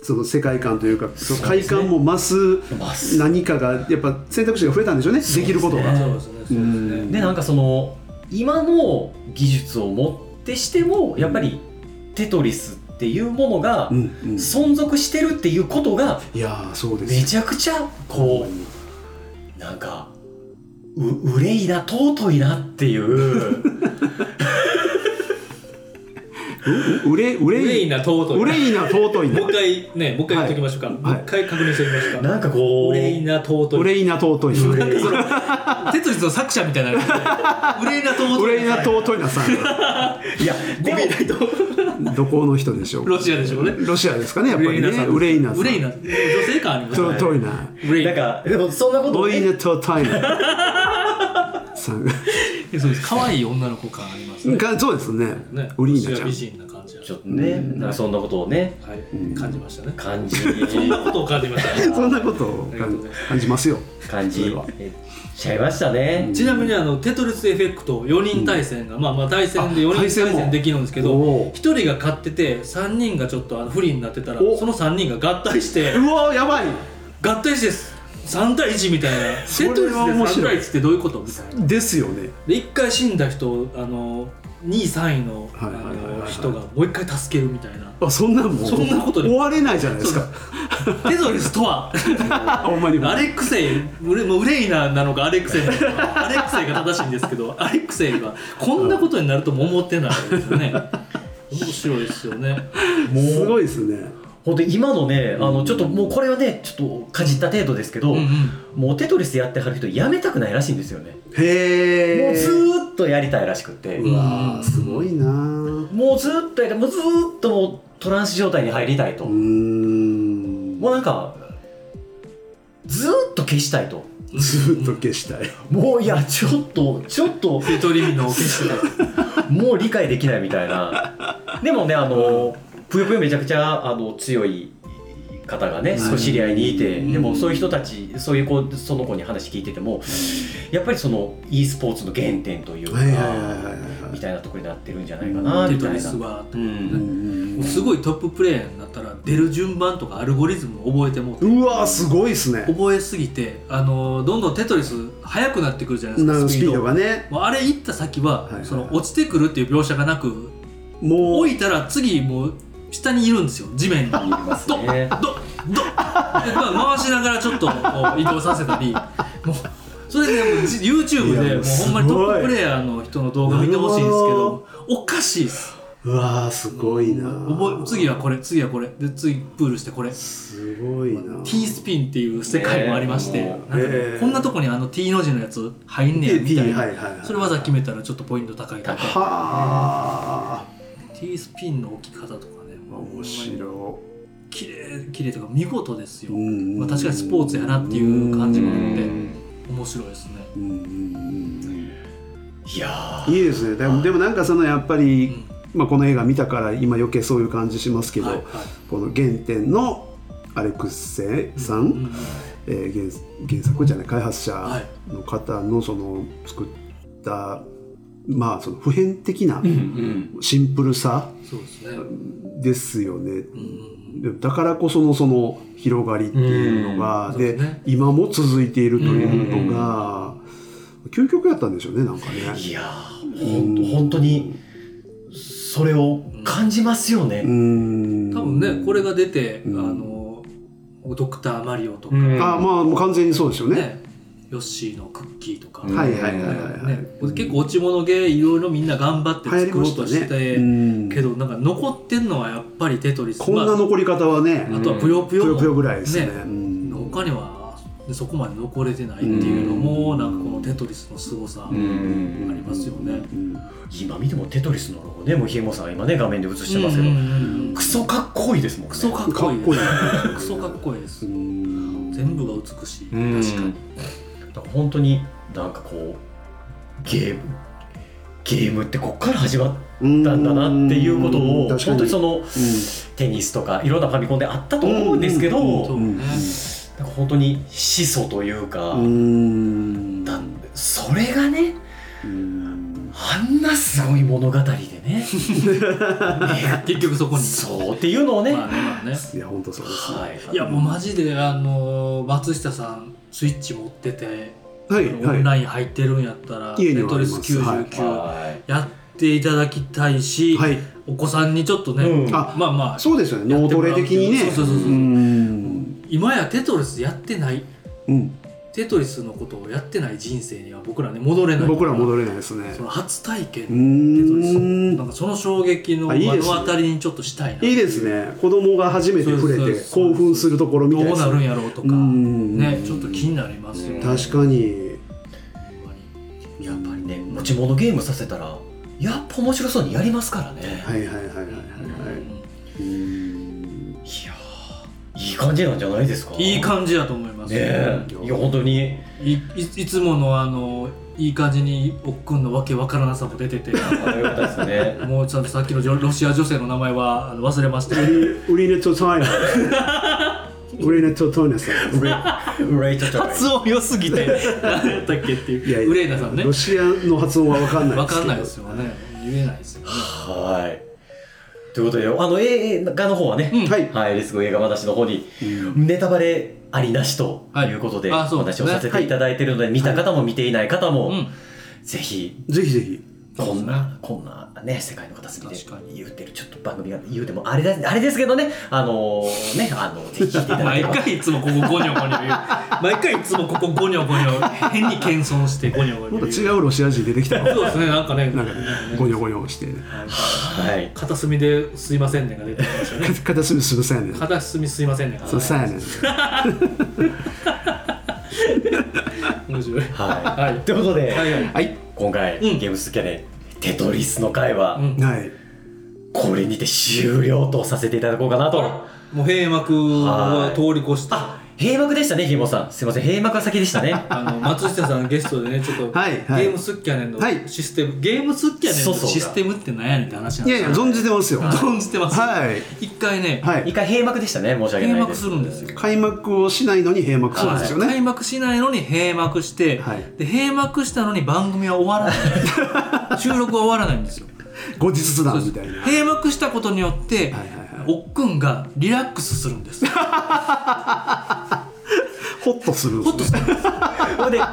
Speaker 3: その世界観というかその
Speaker 1: そう
Speaker 3: 快
Speaker 1: ですね
Speaker 3: 感も増
Speaker 1: そうます
Speaker 3: 何かがやっぱ選択肢が増えたんでしょうね
Speaker 1: そうですね
Speaker 3: できることが
Speaker 2: そうですねそうですね、
Speaker 3: うん
Speaker 1: でなんかその今の技術をもってしてもやっぱりテトリスっていうものが
Speaker 3: うんうん
Speaker 1: 存続してるっていうことが
Speaker 3: いやーそうです
Speaker 1: め
Speaker 3: よ
Speaker 1: ちゃくちゃこうなんかう憂いな尊いなっていう
Speaker 3: うれう
Speaker 2: ウレ
Speaker 3: れ
Speaker 2: イ
Speaker 3: い
Speaker 2: な尊い
Speaker 3: 憂いな尊いな
Speaker 2: もう一回ねもう一回言っときましょうか、もう一回確認しておきましょうか
Speaker 1: なんかこう
Speaker 2: ウレイナ尊い
Speaker 3: 憂いな尊いな
Speaker 1: 憂い
Speaker 2: テトリスの作者みたいなウレイナ尊い
Speaker 3: 憂いな尊いなさ
Speaker 1: いや
Speaker 2: ゴ
Speaker 1: で
Speaker 2: ミ
Speaker 1: も
Speaker 2: ないと
Speaker 3: んどこの人でしょう
Speaker 2: ロシアでしょうね
Speaker 3: ロシアですかねやっぱ
Speaker 2: ウレイ
Speaker 3: りね
Speaker 2: ナさん
Speaker 3: 憂いなさん
Speaker 2: ウレイナ女性感ありますね
Speaker 3: 尊いな
Speaker 2: ウレイ
Speaker 1: な
Speaker 2: ナ
Speaker 1: んかでもそんなこと
Speaker 3: 憂い
Speaker 1: ね
Speaker 3: な尊いなさん
Speaker 2: いやそうです可愛い女の子感ありますね
Speaker 3: がそうですね
Speaker 2: ね
Speaker 3: ウリーナ
Speaker 2: ロシア
Speaker 3: ちゃ
Speaker 2: 美
Speaker 3: ん
Speaker 2: 人な感じが
Speaker 1: ちょっとねなんかそんなことをね
Speaker 2: はい、感じましたね
Speaker 1: 感じ
Speaker 2: そんなことを感じましたね
Speaker 3: そんなことを感感じますよ
Speaker 1: 感
Speaker 3: そ
Speaker 1: じ
Speaker 3: れは
Speaker 1: しちゃいましたね
Speaker 2: ちなみにあのテトリスエフェクト4人対戦が、まあまあ対戦で4人対
Speaker 3: あ対戦
Speaker 2: 戦
Speaker 3: も
Speaker 2: できるんですけど
Speaker 1: おう
Speaker 2: 1人が勝ってて3人がちょっとあの不利になってたら
Speaker 3: お
Speaker 2: その3人が合体して
Speaker 3: うわやばい
Speaker 2: 合体して3対1みたいな
Speaker 3: それ
Speaker 2: テ
Speaker 3: は
Speaker 2: トリスで
Speaker 3: 面
Speaker 2: 3
Speaker 3: 白い
Speaker 2: 対1ってどういうことみたいな
Speaker 3: ですよね
Speaker 2: で1回死んだ人あの2位3位のあ
Speaker 3: はいはいはいはい
Speaker 2: の人がもう1回助けるみたいな
Speaker 3: あそんなもう
Speaker 2: そんなことで
Speaker 3: 終われないじゃないですか
Speaker 2: テトリスと
Speaker 3: <laughs>
Speaker 2: は
Speaker 3: ほんまにもう
Speaker 2: アレックセイウレもうウレイナなのかアレックセイなのかアレックセイが正しいんですけどアレックセイがこんなことになるとも思ってないですよね面白いですよね
Speaker 1: もう
Speaker 3: すごいですね
Speaker 1: 本当に今のねあのちょっともうこれはねちょっとかじった程度ですけど、
Speaker 2: うんうん
Speaker 1: もうテトリスやってはる人やめたくないらしいんですよね、も
Speaker 3: へえ
Speaker 1: うずーっとやりたいらしくって、
Speaker 3: うわーすごいなー
Speaker 1: もうずーっとやりたいもうずーっともうトランス状態に入りたいと、
Speaker 3: うーん
Speaker 1: もうなんかずーっと消したいと
Speaker 3: ずーっと消したい
Speaker 1: もういやちょっとちょっと
Speaker 2: テトリミの消してた
Speaker 1: もう理解できないみたいなでもねあのぷよぷよめちゃくちゃあの強い方がね
Speaker 3: うん
Speaker 1: 少し知り合いにいて
Speaker 2: うん
Speaker 1: でもそういう人たちそういう子その子に話聞いててもやっぱりその e スポーツの原点というか
Speaker 3: はいはいはいはいはい
Speaker 1: みたいなところになってるんじゃないかな
Speaker 2: テ
Speaker 1: み
Speaker 2: ト
Speaker 1: た
Speaker 2: リ
Speaker 1: いな
Speaker 2: ス。は
Speaker 1: う
Speaker 3: うんん
Speaker 2: もうすごいトッププレイヤーになったら出る順番とかアルゴリズムを覚えてもうて
Speaker 3: うわーすごいですね
Speaker 2: 覚えすぎてあのどんどんテトリス速くなってくるじゃないです
Speaker 3: な
Speaker 2: か
Speaker 3: るス
Speaker 2: ス
Speaker 3: ピ
Speaker 2: ピー
Speaker 3: ー
Speaker 2: ド
Speaker 3: ド
Speaker 2: が
Speaker 3: がね
Speaker 2: もうあれ行った先は、
Speaker 3: はいはいはい
Speaker 2: その落ちてくるっていう描写がなく
Speaker 3: もう
Speaker 2: 置いたら次もう下にいるんですよ地
Speaker 3: <laughs>
Speaker 2: 面に
Speaker 1: 言いますね
Speaker 2: ドッドッでまあ回しながらちょっとこう移動させたりもうそれでもうじ YouTube
Speaker 3: い
Speaker 2: で
Speaker 3: や
Speaker 2: もう
Speaker 3: す
Speaker 2: ほん
Speaker 3: ご
Speaker 2: まにト
Speaker 3: い
Speaker 2: ッププレイヤーの人の動画見てほしいんですけ
Speaker 3: なる
Speaker 2: どおかしいです
Speaker 3: うわーすごいなー
Speaker 2: 覚え次はこれ次はこれで次プールしてこれ
Speaker 3: すごいなー
Speaker 2: T スピンっていう世界もありまして、
Speaker 1: ねえ
Speaker 2: なんかね
Speaker 3: ええ
Speaker 2: こんなとこにあの T の字のやつ入んねやみ
Speaker 3: T
Speaker 2: た
Speaker 3: はいい
Speaker 2: な、
Speaker 3: はいはい
Speaker 2: それ技決めたらちょっとポイント高いとか
Speaker 3: はあ
Speaker 2: T スピンの置き方とかねもうほんまに
Speaker 3: 面白
Speaker 2: 綺麗綺麗というか見事ですよ、
Speaker 3: い
Speaker 2: まあ、確かにスポーツやなっていう感じもあ
Speaker 1: う
Speaker 2: って
Speaker 1: ん
Speaker 2: 面白いですね
Speaker 3: うんうんうん
Speaker 1: いやー
Speaker 3: うんいいですねでもでもなんかそのやっぱり、
Speaker 2: うん
Speaker 3: まあ、この映画見たから今余計そういう感じしますけど、
Speaker 2: はいはい
Speaker 3: この原点のアレクセイさん、
Speaker 2: うん
Speaker 3: えー原原作じゃない開発者
Speaker 2: はい
Speaker 3: の方のその作ったまあその普遍的な
Speaker 1: うん
Speaker 3: シンプルさ
Speaker 2: そうですね、
Speaker 3: ですよね、
Speaker 2: うん
Speaker 3: でだからこそのその広がりっていうのが、
Speaker 2: うん
Speaker 3: で
Speaker 2: そうですね
Speaker 3: 今も続いているというのが、究極やったんでしょうねなんかね。
Speaker 1: いやーほんと本当にそれを感じますよね
Speaker 3: う。ん
Speaker 2: 多分ねこれが出て、
Speaker 3: うん
Speaker 2: あのドクターマリオとか、
Speaker 1: うん
Speaker 3: あまあもう完全にそうですよね。
Speaker 2: ねヨッシーのクッキーとか、
Speaker 1: うん
Speaker 3: はいはいはいはいはい。
Speaker 2: ね、結構落ち物芸いろいろみんな頑張って
Speaker 3: 流行り
Speaker 2: 作
Speaker 3: ま
Speaker 2: ろ
Speaker 3: し
Speaker 2: う
Speaker 3: た
Speaker 2: と
Speaker 3: ね
Speaker 2: して、
Speaker 3: うん
Speaker 2: けどなんか残ってんのはやっぱりテトリス
Speaker 3: こんな残り方はね
Speaker 2: まあ、あとはぷよぷ
Speaker 3: ぷ
Speaker 2: よ
Speaker 3: よぷよぐらいですね。
Speaker 2: ね
Speaker 3: うん
Speaker 2: 他にはそこまで残れてないっていうのも、
Speaker 3: うん
Speaker 2: なんかこのテトリスの凄さ、
Speaker 1: うん
Speaker 2: ありますよね
Speaker 3: うん
Speaker 1: 今見てもテトリスのロゴねもうひえもさんが今ね画面で映してますけど、
Speaker 2: うんうんうんうん
Speaker 1: クソかっこいいですもんね
Speaker 2: クソかっこいいですクソかっこいいです
Speaker 3: うん
Speaker 2: 全部が美しい、
Speaker 1: うん
Speaker 2: 確かに
Speaker 1: だから本当になんかこうゲームゲームってこっから始まったんだなっていうことを
Speaker 3: うん
Speaker 1: 本当にその
Speaker 3: う
Speaker 1: テニスとかいろんなファミコンであったと思うんですけど、
Speaker 3: うん
Speaker 2: そう
Speaker 1: なん
Speaker 2: ね、
Speaker 3: うん
Speaker 1: か本当に始祖というか、
Speaker 3: ん
Speaker 1: だそれがね
Speaker 3: うん
Speaker 1: あんなすごい物語で
Speaker 2: <laughs>
Speaker 1: ねね
Speaker 2: 結局そこに
Speaker 1: そうっていうのをね、
Speaker 2: まあねまあね
Speaker 3: いや本当そうですね。
Speaker 1: はい
Speaker 2: いやもうマジであのー松下さんスイッチ持ってて、
Speaker 3: はい
Speaker 2: オン
Speaker 3: は
Speaker 2: ラ
Speaker 3: い。
Speaker 2: イン入ってるんやったら
Speaker 3: 家に
Speaker 2: テ
Speaker 3: は
Speaker 2: ト
Speaker 3: あ
Speaker 2: リ
Speaker 3: り
Speaker 2: ス
Speaker 3: ます
Speaker 2: 99
Speaker 1: はい
Speaker 2: やっていただきたいし、
Speaker 3: はい。
Speaker 2: お子さんにちょっとね、
Speaker 1: うん
Speaker 3: あ
Speaker 2: まあまあ
Speaker 3: そうですよね。脳トレ的にね。
Speaker 2: そうそうそうそう
Speaker 3: うん
Speaker 2: 今やテトリスやってない
Speaker 3: うん
Speaker 2: テトリスのことをやってない人生には僕らね戻れない
Speaker 3: 僕ら戻れないですね
Speaker 2: その初体験
Speaker 3: う
Speaker 2: テトリス
Speaker 3: ー
Speaker 2: なん
Speaker 3: ん
Speaker 2: かその衝撃の
Speaker 3: あ
Speaker 2: 目
Speaker 3: いいですね
Speaker 2: の当たりにちょっとしたいない
Speaker 3: いですね子供が初めて触れ
Speaker 2: そうで
Speaker 3: て
Speaker 2: すそうです
Speaker 3: 興奮するところみ
Speaker 2: ど
Speaker 3: たいうです
Speaker 2: な
Speaker 3: ね
Speaker 2: るんやろうとか
Speaker 3: うん
Speaker 2: ねちょっと気になりますよね
Speaker 3: 確かに
Speaker 2: ほんまに
Speaker 1: やっぱりね持ち物ゲームさせたらやっぱ面白そうにやりますからね、
Speaker 3: はいはいはいはいはい
Speaker 2: う
Speaker 3: は
Speaker 2: ん
Speaker 3: いうーん
Speaker 1: いやーいい感じなんじゃないですか
Speaker 2: いい感じやと思います、
Speaker 1: ねえいや本当に
Speaker 2: いいいつものあのいい感じにおっくんのわけわからなさも出てて <laughs>
Speaker 1: あよかったですね
Speaker 2: もうちゃんとさっきの女ロシア女性の名前はあの忘れました
Speaker 3: <laughs>
Speaker 2: けど <laughs>
Speaker 3: ウリネットトイナウリネットトイナさん
Speaker 1: レレイトト
Speaker 2: 発音良すぎて何やったっけっていう
Speaker 3: いやいや
Speaker 2: ウレーナさんね
Speaker 3: ロシアの発音は分かんない
Speaker 2: わかんないです
Speaker 3: けど
Speaker 2: よね言えないですよね
Speaker 1: はいということであの映画の方はね、
Speaker 3: はい
Speaker 1: はいレスゴ映画話の方にネタバレありなしということで、
Speaker 2: はいあ
Speaker 1: お
Speaker 2: そうで
Speaker 1: 話
Speaker 2: す
Speaker 1: を
Speaker 2: ね
Speaker 1: させていただいているので、見た方も見ていない方も、
Speaker 2: うん
Speaker 1: ぜひ
Speaker 3: ぜひぜひ
Speaker 1: こん
Speaker 2: そう
Speaker 1: な、こんなね世界の片隅で
Speaker 2: 確かに
Speaker 1: 言うてるちょっと番組が言うてもあれだあれですけどねあのーねあのぜひ聞いていただけ
Speaker 2: 毎
Speaker 1: れば
Speaker 2: 回いつもここゴニョゴニョ <laughs> 言う毎回いつもここゴニョゴニョ変に謙遜してゴニョゴニ
Speaker 3: もっ
Speaker 2: ョ
Speaker 3: と違
Speaker 2: う
Speaker 3: うロシア人出てきた
Speaker 2: そうですねなんかね
Speaker 3: なんかゴニョゴニョして
Speaker 1: はい
Speaker 2: 片隅ですいませんねが出てきましたね
Speaker 3: 片隅するさやねん
Speaker 2: 片隅すいませんねが
Speaker 3: そうさやねん
Speaker 2: 面白い
Speaker 1: は
Speaker 2: はい
Speaker 1: いということで、
Speaker 2: はいはい
Speaker 3: はい
Speaker 1: 今回、
Speaker 2: うん
Speaker 1: ゲームスキャネテトリスの回は、
Speaker 2: うん
Speaker 3: はい
Speaker 1: これにて終了とさせていただこうかなと
Speaker 2: もう閉幕は通り越して
Speaker 1: あ閉幕でしたねひもさんすいません閉幕は先でしたね
Speaker 2: <laughs> あの松下さんゲストでねちょっと、
Speaker 3: はいはい
Speaker 2: ゲームスッキャネン
Speaker 3: はい
Speaker 2: のシステム、ゲームスッキャネン
Speaker 1: そう
Speaker 2: の
Speaker 1: そう
Speaker 2: システムって何やねんって話なん
Speaker 3: い
Speaker 2: で
Speaker 3: や
Speaker 2: す
Speaker 3: いや存じてますよ
Speaker 2: はい存じてます
Speaker 3: はい
Speaker 2: 一回ね、
Speaker 3: は
Speaker 1: 一
Speaker 3: い
Speaker 1: 回閉幕でしたね申し訳
Speaker 2: 閉
Speaker 1: ない
Speaker 2: 幕
Speaker 1: です
Speaker 2: するんですよ
Speaker 3: 開幕をしないのに閉幕するんですよ
Speaker 2: 開
Speaker 3: ね
Speaker 2: 幕しないのに閉幕して、
Speaker 3: はい
Speaker 2: で閉幕したのに番組は終わらないんですよ
Speaker 3: <laughs>
Speaker 2: 収録は終わらないんですよ
Speaker 3: 後日談みたいな
Speaker 2: 閉幕したことによって、
Speaker 3: はいはいは
Speaker 2: おっくんがリラックスするんです
Speaker 3: ホッとするん
Speaker 2: ほっと
Speaker 3: ですす
Speaker 2: る
Speaker 3: ね
Speaker 2: んです
Speaker 1: これで伝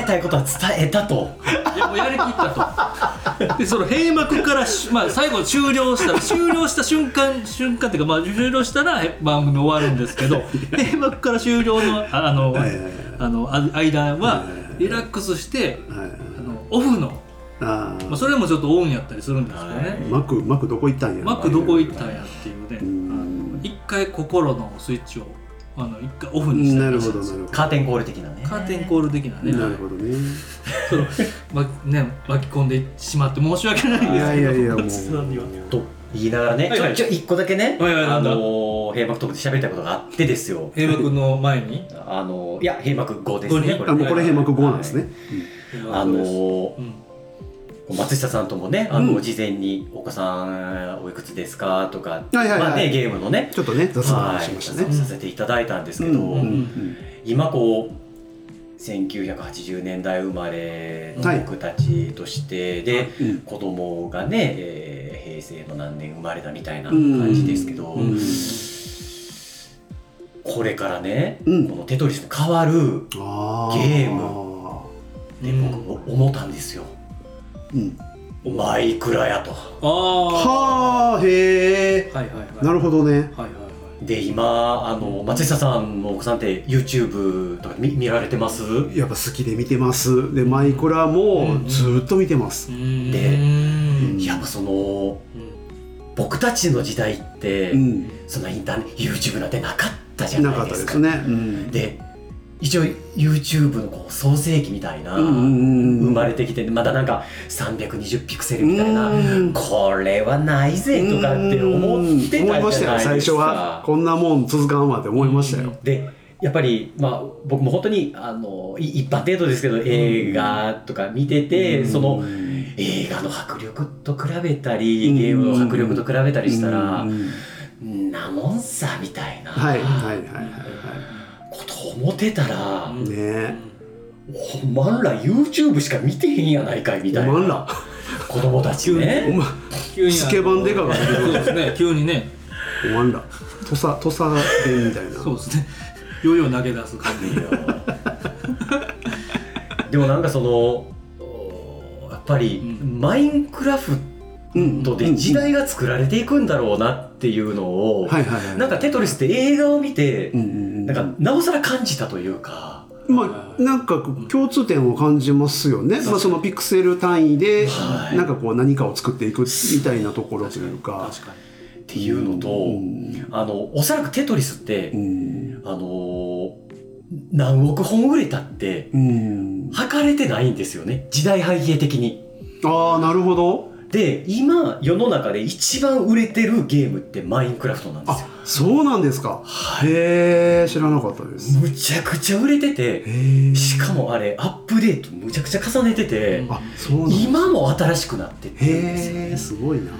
Speaker 1: えたいことは伝えたと
Speaker 2: いやもうやりきった
Speaker 3: <laughs>
Speaker 2: とでその閉幕からし、まあ、最後終了したら終了した瞬間瞬間っていうか、まあ、終了したらえ番組終わるんですけ
Speaker 3: <laughs>
Speaker 2: ど閉幕から終了のああの
Speaker 3: はいはいはい
Speaker 2: あのあ間はリラックスして
Speaker 3: はいはい
Speaker 2: あのオフの、
Speaker 3: あ
Speaker 2: まあ、
Speaker 3: あ
Speaker 2: それもちょっとオンやったりするんですけど
Speaker 1: は
Speaker 2: ね、
Speaker 1: い
Speaker 3: マックマックどこ行ったんや
Speaker 2: マックどこ行ったんやっていうねあ
Speaker 3: ん
Speaker 2: の一回心のスイッチをあの一回オフにした
Speaker 3: なる
Speaker 2: らし
Speaker 3: ほ
Speaker 2: いん
Speaker 3: ど
Speaker 2: です
Speaker 3: な
Speaker 2: よ
Speaker 3: るほ
Speaker 1: カーテンコール的なね
Speaker 2: カーテンコール的なね
Speaker 3: どなるほどね
Speaker 2: そのまね巻き込んでしまって申し訳ないんですけど
Speaker 3: いやいやいやもう
Speaker 2: 松田には
Speaker 1: と言いながらね、
Speaker 2: はいはい
Speaker 1: ちょちょ一個だけね、
Speaker 2: はいはいな
Speaker 1: あ
Speaker 2: んだ
Speaker 1: のー閉幕トークで喋りたいことがあってですよ
Speaker 2: <laughs> 平幕の前に
Speaker 1: あのーいや閉幕後です
Speaker 2: 後
Speaker 1: ね
Speaker 2: に
Speaker 1: これ
Speaker 3: あもうこれ閉幕後なんです
Speaker 1: は
Speaker 3: ね
Speaker 1: いあのー
Speaker 2: うん
Speaker 1: 松下さんともねあの、
Speaker 3: うん
Speaker 1: 事前に「お子さんおいくつですか?」とか、
Speaker 3: いはいはい
Speaker 1: まあね、ゲームのね
Speaker 3: ちょっとね雑
Speaker 1: は
Speaker 3: 談
Speaker 1: い
Speaker 3: しましたね
Speaker 1: そうさせていただいたんですけど、
Speaker 3: うんうん
Speaker 1: 今こう1980年代生まれ
Speaker 3: は
Speaker 1: の
Speaker 3: い
Speaker 1: 僕たちとして、で
Speaker 3: うん
Speaker 1: 子供がね、えー平成の何年生まれだみたいな感じですけど、
Speaker 3: うんうん
Speaker 1: これからね、
Speaker 3: うん
Speaker 1: この「テトリス」に変わる
Speaker 3: あ
Speaker 1: ゲー
Speaker 3: ム
Speaker 1: って僕も思ったんですよ。
Speaker 3: うん
Speaker 1: マイクラやと
Speaker 2: ああ
Speaker 3: はあへえ
Speaker 2: はいはいはい
Speaker 3: なるほどね
Speaker 2: はいはいはい
Speaker 1: で今あの松下さんのお子さんって YouTube とか見見られてます
Speaker 3: やっぱ好きで見てますでマイクラもずっと見てます
Speaker 2: う、ーん
Speaker 1: で
Speaker 2: うん
Speaker 1: やっぱその僕たちの時代って、
Speaker 3: うん
Speaker 1: そのインターネ YouTube なんてなかったじゃ
Speaker 3: な
Speaker 1: な
Speaker 3: かっ
Speaker 1: い
Speaker 3: た
Speaker 1: ですか。
Speaker 3: ですね、うん、
Speaker 1: で一応 YouTube のこう創世記みたいな、
Speaker 3: うんうんうんうん
Speaker 1: 生まれてきてまだなんか320ピクセルみたいな、
Speaker 3: うん
Speaker 1: これはないぜとかって思ってたじゃ
Speaker 3: うん思いました
Speaker 1: な
Speaker 3: よ
Speaker 1: い
Speaker 3: 最
Speaker 1: です
Speaker 3: 初は
Speaker 1: か。
Speaker 3: こんなもん続かんわって思いましたよ、
Speaker 1: でやっぱり、まあ、僕も本当にあのい一般程度ですけど映画とか見てて、
Speaker 3: うん
Speaker 1: その映画の迫力と比べたり、
Speaker 3: うん
Speaker 1: ゲームの迫力と比べたりしたら、
Speaker 3: うんうん
Speaker 1: んなもんさみたいな
Speaker 3: はいはいはいはいは
Speaker 1: こと思ってたら、
Speaker 2: うん
Speaker 3: いね
Speaker 1: おまんら YouTube しか見てへんやないかいみ
Speaker 3: えお
Speaker 1: たいな
Speaker 3: まんら
Speaker 1: 子供たち
Speaker 3: <laughs> お
Speaker 1: ね
Speaker 3: ま
Speaker 2: 急に
Speaker 3: スケバンデカが出てく
Speaker 2: そ
Speaker 3: る
Speaker 2: うですね急にね
Speaker 3: おまんら土佐土佐弁みたいな
Speaker 2: そうですねヨーヨー投げ出す感じ
Speaker 1: いやでもなんかそのおやっぱり、
Speaker 2: うん
Speaker 1: マインクラフ
Speaker 3: うん
Speaker 1: トで時代が作られていくんだろうなっていうのを、
Speaker 3: はいはいはい
Speaker 1: なんかテトリスって映画を見て、
Speaker 3: うんうんうん
Speaker 1: なんかなおさら感じたというか、
Speaker 3: まあ、なんかこう共通点を感じますよね、まあ、そのピクセル単位でなんかこう何かを作っていくみたいなところというか。
Speaker 2: 確かに
Speaker 4: っていうのと、
Speaker 3: うん
Speaker 4: あのおそらくテトリスって、
Speaker 3: うん
Speaker 4: あのー何億本売れたって
Speaker 3: うん、
Speaker 4: 測れてないんですよね時代背景的に。
Speaker 3: ああなるほど
Speaker 4: で今世の中で一番売れてるゲームってマインクラフトなんですよ
Speaker 3: あ。そうなんですかへえ知らなかったです
Speaker 4: むちゃくちゃ売れてて
Speaker 3: へえ
Speaker 4: しかもあれアップデートむちゃくちゃ重ねてて、
Speaker 3: あそうなんだ
Speaker 4: 今も新しくなってってるんですよ
Speaker 3: へえ
Speaker 4: ね。
Speaker 3: すごいな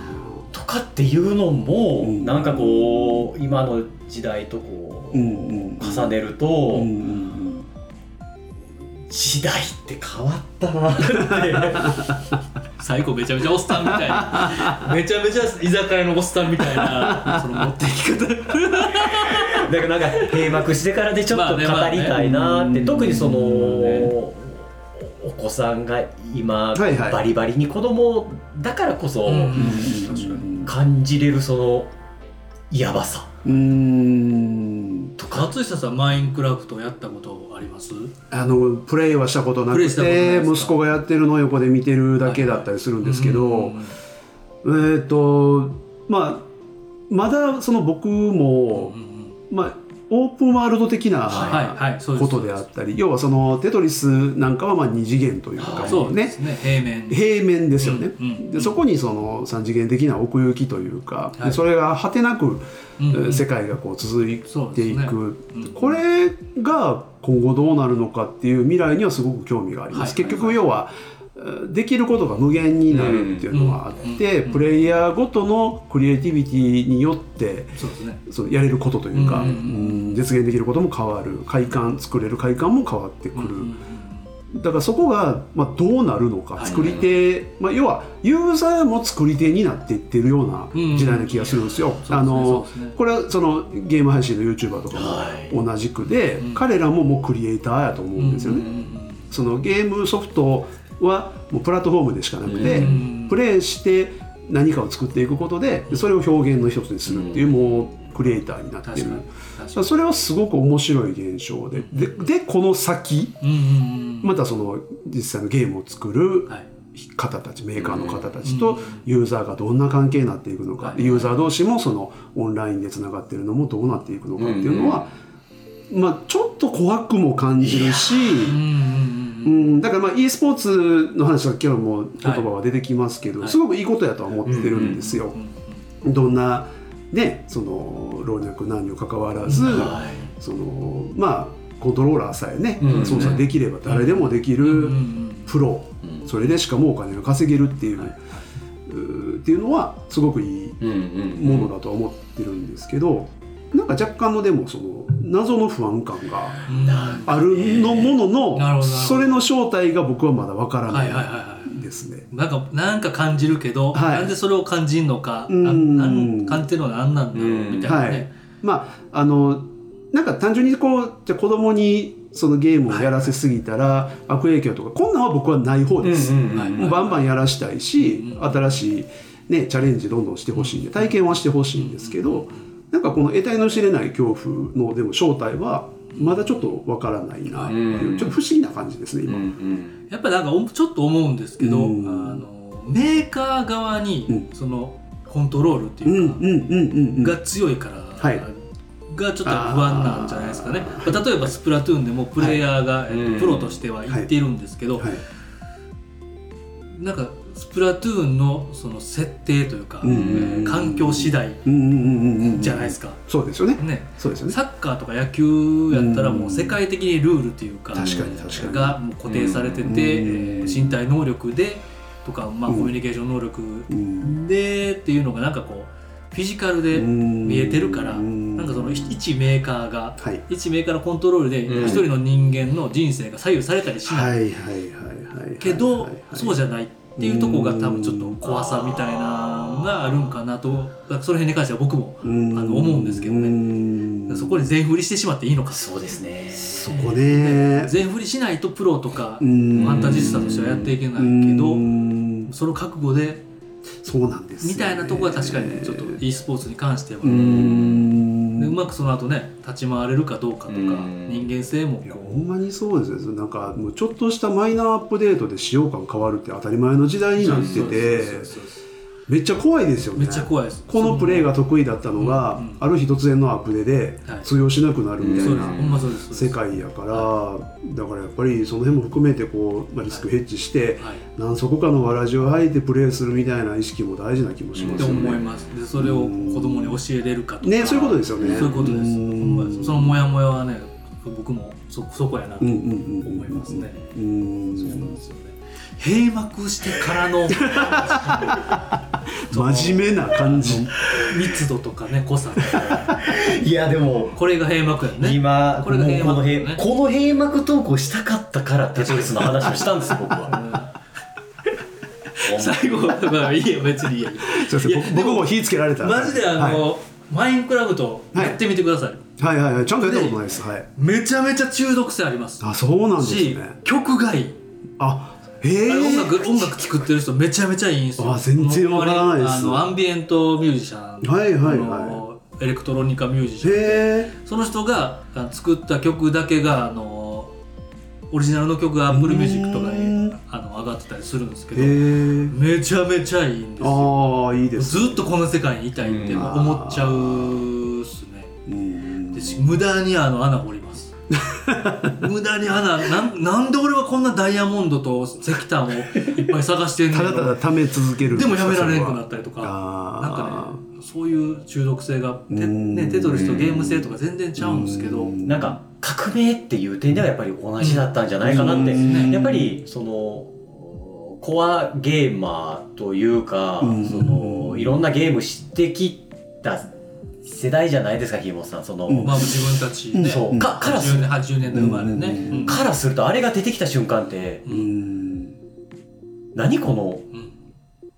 Speaker 4: とかっていうのも、
Speaker 3: うん
Speaker 4: なんかこう今の時代とこう、
Speaker 3: うんうん
Speaker 4: 重ねると、
Speaker 3: うん
Speaker 4: 時代って変わったな
Speaker 3: <laughs>
Speaker 4: って
Speaker 2: 最後めちゃめちゃおっさんみたいなめちゃめちゃ居酒屋のおっさんみたいなその持っていき方
Speaker 4: だからなんか閉幕してからでちょっ
Speaker 2: ま
Speaker 4: と語
Speaker 2: あね
Speaker 4: りたい
Speaker 3: ま
Speaker 4: な
Speaker 3: あ
Speaker 4: って、
Speaker 3: ね
Speaker 4: 特にその、
Speaker 2: ね
Speaker 4: お子さんが今、
Speaker 3: はいはい
Speaker 4: バリバリに子供だからこそ、
Speaker 2: うん
Speaker 3: うん
Speaker 4: 感じれるそのやばさ
Speaker 3: うん
Speaker 4: とか
Speaker 2: 松下さんマインクラフトやったことあります
Speaker 3: あのプレイはしたことな
Speaker 2: プレイ
Speaker 3: く
Speaker 2: したことない
Speaker 3: て
Speaker 2: ですか
Speaker 3: 息子がやってるのを横で見てるだけだったりするんですけど、
Speaker 2: うん
Speaker 3: えっ、とまあまだその僕
Speaker 2: うん
Speaker 3: も
Speaker 2: う、ん
Speaker 3: まあ、オープンワールド的な、
Speaker 2: はいはいそうです
Speaker 3: ことであったり要はそのテトリスなんかはまあ二次元というか
Speaker 2: そうで
Speaker 3: ね
Speaker 2: すね平面
Speaker 3: 平面ですよね、
Speaker 2: うんうん
Speaker 3: でそこにその三次元的な奥行きというか、
Speaker 2: はい
Speaker 3: それが果てなく、
Speaker 2: うんうん
Speaker 3: 世界がこう続い
Speaker 2: そう
Speaker 3: て
Speaker 2: で
Speaker 3: い
Speaker 2: すね
Speaker 3: く、
Speaker 2: うん
Speaker 3: これが今後どうなるのかっていう未来にはすごく興味があります、
Speaker 2: はいはい
Speaker 3: 結局要はえーできることが無限になるっていうのがあって、
Speaker 2: うん
Speaker 3: プレイヤーごとのクリエイティビティによって
Speaker 2: そうですね
Speaker 3: そのやれることというか、
Speaker 2: うんうん
Speaker 3: うん実現できることも変わる快感作れる快感も変わってくる、
Speaker 2: うんうん
Speaker 3: だからそこが、まあ、どうなるの
Speaker 2: は
Speaker 3: か
Speaker 2: い
Speaker 3: 作り手、まあ、要はユーザーも作り手になっていってるような
Speaker 2: うん
Speaker 3: 時代な気がするんですよ。
Speaker 2: そうですね
Speaker 3: あの
Speaker 2: そうですね
Speaker 3: これはそのゲーム配信の YouTuber とか
Speaker 4: はい
Speaker 3: も同じくで、
Speaker 2: うん
Speaker 3: 彼らももうクリエイターやと思うんですよね。
Speaker 2: うんうんうん
Speaker 3: そのゲームソフトはもうプラットフォームでしかなくて、
Speaker 2: うん
Speaker 3: プレイして何かを作っていくことでそれを表現の一つにするっていう、もうクリエイターになって
Speaker 2: 確
Speaker 3: い
Speaker 2: か
Speaker 3: る
Speaker 2: に
Speaker 3: だ
Speaker 2: 確
Speaker 3: か
Speaker 2: から
Speaker 3: それはすごく面白い現象でででこの先
Speaker 2: にうんうんうん
Speaker 3: またその実際のゲームを作る
Speaker 2: はい
Speaker 3: 方たちメーカーの方た
Speaker 2: う
Speaker 3: ち
Speaker 2: ん
Speaker 3: とユーザーがどんな関係になっていくのか、
Speaker 2: はい
Speaker 3: ユーザー同士もそのオンラインでつながってるのもどうなっていくのかっていうのは、まあ、ちょっと怖くも感じるし、
Speaker 2: うんうんうん
Speaker 3: う
Speaker 2: うん
Speaker 3: ん、だからまあ e スポーツの話は今日も言葉は出てきますけど、
Speaker 2: はい
Speaker 3: すごくいいことやとは思ってるんですよ。
Speaker 2: うん
Speaker 3: どんなね、その老若男女関わらず、そのまあコントローラーさえね、
Speaker 4: うん
Speaker 3: 操作できれば誰でもでき
Speaker 2: うんうんう
Speaker 3: る
Speaker 2: ん
Speaker 3: プロ、
Speaker 4: うん
Speaker 3: それでしかもうお金が稼げるっていう、
Speaker 2: はいう
Speaker 3: ーっていうのはすごくいい
Speaker 4: うんうん
Speaker 3: ものだとは思ってるんですけど、なんか若干のでもその謎の不安感が
Speaker 2: うんは
Speaker 3: あるの
Speaker 2: なるほ
Speaker 3: もの
Speaker 2: どなるほ
Speaker 3: の、
Speaker 2: ど
Speaker 3: それの正体が僕はまだわから
Speaker 2: い
Speaker 3: な。
Speaker 2: はいいはいはい
Speaker 3: ですね。
Speaker 2: なんか、なんか感じるけど、
Speaker 3: はい
Speaker 2: なんでそれを感じんのか、
Speaker 3: うん
Speaker 2: ななん感じてるのは何なんだろうみたいなね。
Speaker 3: まああのなんか単純にこうじゃあ子供にそのゲームをやらせすぎたら、悪影響とかこんなんは僕はない方です。
Speaker 4: うん
Speaker 2: はい
Speaker 3: もうバンバンやらしたいし、
Speaker 2: うん
Speaker 3: 新しいねチャレンジどんどんしてほしいんで体験はしてほしいんですけど、なんかこの得体の知れない恐怖のでも正体はまだちょっとわからないなっていう、
Speaker 4: うん
Speaker 3: ちょっと不思議な感じですね
Speaker 4: うんう
Speaker 3: 今。
Speaker 4: ん
Speaker 2: やっぱなんかお、ちょっと思うんですけど、
Speaker 3: うん
Speaker 2: あのメーカー側に、
Speaker 3: うん
Speaker 2: その、コントロールって
Speaker 3: うんう
Speaker 2: いうんか、
Speaker 3: うんうんうん。
Speaker 2: が強いから、
Speaker 3: はい
Speaker 2: がちょっと不安なんじゃないですかね。まあ例えば、スプラトゥーンでもプレイヤーが、
Speaker 4: い
Speaker 2: えっと
Speaker 4: うん
Speaker 2: プロとしては言っているんですけど、
Speaker 3: はい
Speaker 2: なんか、スプラトゥーンのその設定というか、
Speaker 3: うんうん
Speaker 4: うん
Speaker 2: えー環境次第
Speaker 3: うんうんうんうんうん。
Speaker 2: じゃないですか。
Speaker 3: そうですよね。
Speaker 2: ね。
Speaker 3: そうですよね。
Speaker 2: サッカーとか野球やったらもう世界的にルールというか
Speaker 3: 確かに確かに。
Speaker 2: がもう固定されて
Speaker 3: うん
Speaker 2: て、えー身体能力でとか、まあ、
Speaker 3: うん
Speaker 2: コミュニケーション能力
Speaker 3: うん
Speaker 2: でっていうのがなんかこうフィジカルで見
Speaker 3: 見
Speaker 2: えてるからなんかその一一メーカーが
Speaker 3: はい
Speaker 2: 一メーカーのコントロールで
Speaker 4: うん
Speaker 2: 一人の人間の人生が左右されたりしない
Speaker 3: はいはいはいはいはい
Speaker 2: けどそうじ
Speaker 3: じ
Speaker 2: ゃないっていうところが多分ちょっと怖さみたいなのがあるんかなとだからその辺に関しては僕も
Speaker 3: ゃ
Speaker 2: あの思うんですけどね
Speaker 3: ね
Speaker 2: そこに全振りしてしまっていいのか
Speaker 4: そうですね
Speaker 3: そこね
Speaker 2: 全振りしないとプロとか
Speaker 3: ファ
Speaker 2: ファンタジスタとしてはやっていけないけどその覚悟で
Speaker 3: そうなんですよ
Speaker 2: み
Speaker 3: ね
Speaker 2: たいなところは確かにちょっと e スポーツに関しては
Speaker 3: うーん
Speaker 2: でまくその後ね立ち回れるかどうかとか
Speaker 1: うん
Speaker 2: 人間性も
Speaker 3: いやほ
Speaker 2: こ
Speaker 3: んまにそうですよなんかもうちょっとしたマイナーアップデートで使用感変わるって当たり前の時代
Speaker 2: う
Speaker 3: になってて
Speaker 2: そうそうそうそう
Speaker 3: めっちゃ怖いですよね
Speaker 2: めっちゃ怖いです
Speaker 3: このプレーが得意だったのが、
Speaker 2: うんうん
Speaker 3: ある日突然のアップデで
Speaker 2: はい
Speaker 3: 通用しなくなるみた
Speaker 2: そ
Speaker 3: いう
Speaker 2: で
Speaker 3: な
Speaker 2: すほんまそうですそう
Speaker 3: 世
Speaker 2: です
Speaker 3: 界やから、だからやっぱりその辺も含めてこう、まあ、リスクヘッジして、
Speaker 2: はい
Speaker 3: 何足かのわらじを履いてプレーするみたいな意識も大事な気もし
Speaker 2: っ
Speaker 3: ます
Speaker 2: て
Speaker 3: よ
Speaker 2: 思い
Speaker 3: ね。
Speaker 2: ますでそれを子供に教えれるかとか
Speaker 3: ねそういうことですよね。
Speaker 2: そういうことです。ほ
Speaker 3: う
Speaker 2: ん
Speaker 3: ん
Speaker 2: まですそのモヤモヤはね、僕もそそこやなと
Speaker 3: うんうん
Speaker 2: 思
Speaker 3: うんうん
Speaker 2: いますね。
Speaker 3: うん
Speaker 2: そうなんですよね。閉幕してからの
Speaker 3: 真面目な感じ。
Speaker 2: 密度とか
Speaker 3: <laughs>
Speaker 2: ね濃さとか、
Speaker 1: いやでも
Speaker 2: これが閉幕やね。
Speaker 1: 今
Speaker 2: これが閉幕
Speaker 1: もうこの
Speaker 2: ね
Speaker 1: 閉この閉幕投稿したかったからテトリスの話をしたんです僕は
Speaker 2: 最後まあいいよ別
Speaker 3: <laughs>
Speaker 2: にいいよ。
Speaker 3: すいません
Speaker 2: いや
Speaker 3: 僕僕も火つけられた。
Speaker 2: マジであ
Speaker 3: は
Speaker 2: の、マインクラフトやってみてください。
Speaker 3: い、はいはいはいちゃんとやったことないです。はい。
Speaker 2: めちゃめちゃ中毒性あります。
Speaker 3: あそうなんです
Speaker 2: し
Speaker 3: ね。
Speaker 2: 曲がいい。
Speaker 3: あへ
Speaker 2: あ
Speaker 3: え。
Speaker 2: れ音楽音楽作ってる人めちゃめちゃいいんですよ
Speaker 3: あ全然わからないです
Speaker 2: あのアンビエントミュージシャン
Speaker 3: はいは
Speaker 2: あ
Speaker 3: いはい
Speaker 2: のエレクトロニカミュージシャン
Speaker 3: へ
Speaker 2: その人があの作った曲だけがあのオリジナルの曲が Apple Music とか
Speaker 3: う
Speaker 2: に
Speaker 3: ん
Speaker 2: あの上がってたりするんですけ
Speaker 3: え。
Speaker 2: ど
Speaker 3: へえ。
Speaker 2: めちゃめちゃいいんですよ
Speaker 3: ああいいです。
Speaker 2: ずっとこの世界にいたいって思っちゃうっすね
Speaker 3: うん
Speaker 2: でし無駄にあの穴掘ります
Speaker 3: <laughs>
Speaker 2: 無駄に穴なんなんで俺はこんなダイヤモンドと石炭をいっぱい探してんねん
Speaker 3: ただただ溜め続けるん
Speaker 2: ですも
Speaker 3: か。
Speaker 2: やめられなくなっ
Speaker 3: った
Speaker 2: りとか
Speaker 3: あ
Speaker 2: な
Speaker 3: ー
Speaker 2: んかねそういう中毒性がて、
Speaker 3: うーん
Speaker 2: ね、テトリスとゲーム性とか全然ちゃうんですけど
Speaker 1: なんか革命っていう点ではやっぱり同じだったんじゃないかなって、
Speaker 2: うん
Speaker 1: やっぱりそのコアゲーマーというか、
Speaker 3: うん
Speaker 1: そのいろんなゲーム知ってきた世代じゃないですかひもさんその、
Speaker 3: うん
Speaker 2: まあ自分たちね、
Speaker 1: そうかからす
Speaker 2: 80年80年代生まれね、
Speaker 3: うん
Speaker 2: うん
Speaker 1: からするとあれが出てきた瞬間って
Speaker 3: うん。
Speaker 1: 何この
Speaker 2: うん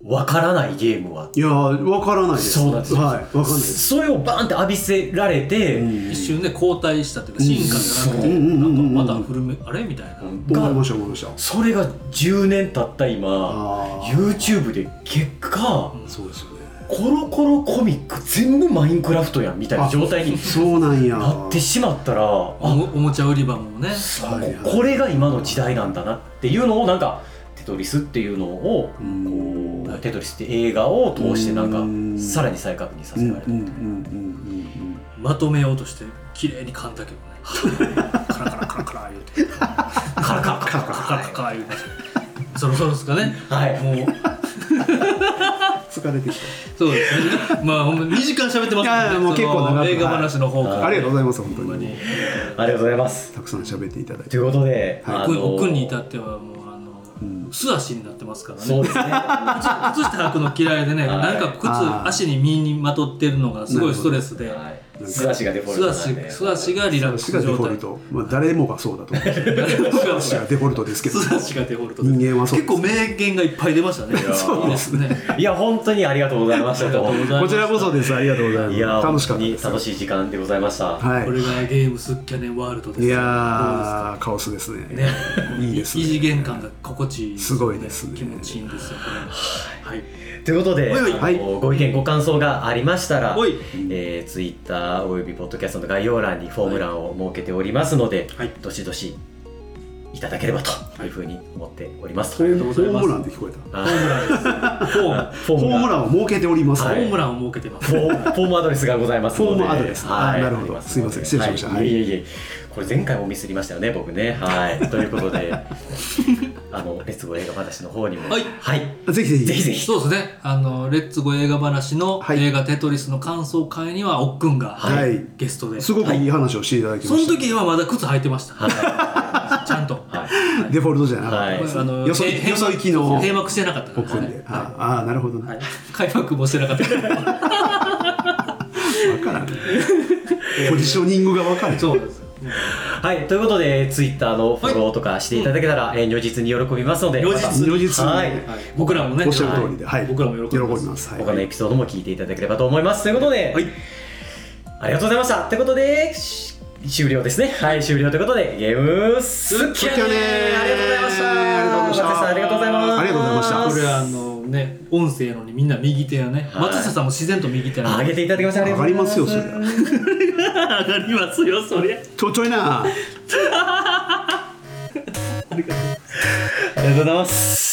Speaker 1: わからないゲームはい
Speaker 3: やーわからないです。
Speaker 1: そうなんですよ
Speaker 3: はいわかんないです。
Speaker 1: それをバーンって浴びせられて、
Speaker 3: うん
Speaker 2: 一瞬ね後退したというか進化じゃなくて、
Speaker 3: うんうんうんうん
Speaker 2: なんかまた古めあれみたいな、
Speaker 3: 思いま
Speaker 1: が
Speaker 3: した思いました。
Speaker 1: それが10年経った今
Speaker 3: あー
Speaker 1: YouTube で結果
Speaker 2: うん
Speaker 3: そうですよね。
Speaker 1: コロコロコミック全部マインクラフトやんみたいな状態に
Speaker 3: そうなんや。
Speaker 1: なってしまったら
Speaker 2: お
Speaker 1: あ
Speaker 2: もおもちゃ売り場もね
Speaker 3: はいはい
Speaker 1: これが今の時代なんだなっていうのをなんかテトリスっていうのを
Speaker 3: うん
Speaker 1: こうテトリスって映画を通してな
Speaker 3: うんん
Speaker 1: かさらに再確認さ
Speaker 3: うん
Speaker 1: せ
Speaker 3: うん
Speaker 1: ら
Speaker 3: う
Speaker 1: れ
Speaker 3: んう
Speaker 1: た
Speaker 3: んうん
Speaker 2: まとめようとして綺麗に噛んだけどね <laughs> カラカラカラカラ言うて
Speaker 1: カラカラカラカ
Speaker 2: カラカラカラ言うてそろそろですかね
Speaker 1: ラはい
Speaker 2: もう
Speaker 3: うん。疲れてき
Speaker 2: そうですね。まあ、ほんま2時間喋ってますもんね
Speaker 3: いやいやもう結構長く
Speaker 2: その映画話の方から、
Speaker 1: は
Speaker 3: た。ありがとうございます本当
Speaker 2: ほんまに
Speaker 3: に。
Speaker 1: ありがとうございます
Speaker 3: たくさん喋っていただいて。
Speaker 1: ということで、
Speaker 3: はい
Speaker 1: あの
Speaker 2: 奥奥に至ってはもうあの、
Speaker 3: ん
Speaker 2: 素足になってますからね
Speaker 1: そうですね
Speaker 2: 靴下履くの嫌いでね、
Speaker 1: はい
Speaker 2: なんか靴
Speaker 3: あー
Speaker 2: 足に身にまとってるのがすごいストレスで
Speaker 1: はい素足がデフォル
Speaker 2: 素
Speaker 1: トなん
Speaker 2: 足
Speaker 1: で
Speaker 2: 素足がリラック
Speaker 3: 私
Speaker 2: ス
Speaker 3: がデ
Speaker 2: 状
Speaker 3: フォル
Speaker 2: 態
Speaker 3: ト。まあ誰もがそうだと思
Speaker 2: <laughs>
Speaker 3: う。私がデフォルトですけど。
Speaker 2: 素足がデフォルト
Speaker 3: 人間はそうです
Speaker 2: 結構名言がいっぱい出ましたね
Speaker 1: やそう
Speaker 2: いいですね
Speaker 1: いや本当にありがとうございましたと
Speaker 2: ありがとうございました
Speaker 3: こちらこそです。ありがとうございます。
Speaker 1: いや
Speaker 3: 楽しかっ
Speaker 1: 本
Speaker 3: たで
Speaker 1: 当に
Speaker 3: す。
Speaker 1: 楽しい時間でございました、
Speaker 3: は
Speaker 2: これがゲームスキャネンワールドです
Speaker 3: い。い
Speaker 2: よ
Speaker 3: やーカオスですね。
Speaker 2: どうですかね
Speaker 3: いいですね
Speaker 2: 異次元感が心地いい
Speaker 3: すごいですね
Speaker 2: 気持ちいいんですよこれもはい
Speaker 1: ということで、
Speaker 2: はい
Speaker 1: あの
Speaker 3: はい
Speaker 1: ご意見ご感想がありましたら、
Speaker 2: はい
Speaker 1: えツイッター Twitter およびポッドキャストの概要欄にフォーム欄を設けておりますので、
Speaker 2: はい
Speaker 1: どしどしいただければというふうに思っております。
Speaker 2: ありがとうご
Speaker 3: ホ
Speaker 2: ざい
Speaker 3: ー
Speaker 2: ます
Speaker 3: ムランで聞こえた。
Speaker 1: あ
Speaker 2: ホームランですフォーム
Speaker 1: フォ
Speaker 3: ホームランを設けております。
Speaker 1: は
Speaker 2: ホ
Speaker 1: い
Speaker 2: ームランを設けてます
Speaker 1: フォーフォームアドレスがございますので
Speaker 3: フォームアドレス
Speaker 1: はい、
Speaker 3: あなるほど
Speaker 1: あります
Speaker 3: いません失礼しました
Speaker 1: は、
Speaker 3: はいい
Speaker 1: いえいえいえこれ前回もミスりましたよね僕ね
Speaker 3: <laughs>
Speaker 1: はいということであのレッツゴー映画話の方にも
Speaker 2: はい
Speaker 3: ぜひぜひ。
Speaker 1: ぜひぜひ
Speaker 2: そうですねあのレッツゴー映画話の
Speaker 3: はい
Speaker 2: 映画テトリスの感想会にはおっくんが、
Speaker 3: はい
Speaker 2: ゲストでそ
Speaker 3: すごくいい話をしていただきま
Speaker 2: の
Speaker 3: した。
Speaker 2: 時はまだ靴履いてました
Speaker 1: は
Speaker 2: ちゃんと、
Speaker 1: い、はい
Speaker 3: デフォルトじゃなか
Speaker 1: は
Speaker 3: っ
Speaker 1: い
Speaker 3: たです
Speaker 2: あの
Speaker 3: よそ
Speaker 2: へ
Speaker 3: よそ行きの
Speaker 2: 閉幕してなかったから
Speaker 3: 僕で。ああー、なるほどね。
Speaker 2: はい、
Speaker 3: わ
Speaker 2: 開幕もしてなかったから
Speaker 3: からん。ポジショニングがわかる。
Speaker 2: そうなんです
Speaker 1: はい、ということで、ツイッターのフォローとかしていただけたら、えー如実に喜びますので、
Speaker 2: 如
Speaker 1: ま
Speaker 2: 実
Speaker 1: た
Speaker 3: 如実に
Speaker 1: はい、
Speaker 2: はい僕らもね
Speaker 3: おっしゃる通りで、はい。
Speaker 2: 僕らも喜び
Speaker 3: 喜び
Speaker 2: ます
Speaker 3: ます。は
Speaker 1: 他のエ
Speaker 3: い。
Speaker 1: ピソードも聞いていただければと思います。ということで、
Speaker 2: はい
Speaker 1: ありがとうございました。ということで、し終了ですね。はい、終了ということで、ゲームスッキャネ
Speaker 3: スッキャネ
Speaker 1: ありがとうございました。
Speaker 3: ありがとうございました
Speaker 1: 松井さんありがとうございます。
Speaker 3: ありがとうございました
Speaker 2: これはあのね音声のにみんな右手やね、
Speaker 1: はい
Speaker 2: 松下さんも自然と右手な
Speaker 1: あ
Speaker 2: の
Speaker 1: げていただきました。ありがとうござい
Speaker 3: 上がり
Speaker 2: 上
Speaker 3: ま
Speaker 2: がりますよそりゃ
Speaker 3: ちょちょいな
Speaker 1: ありがとうございます。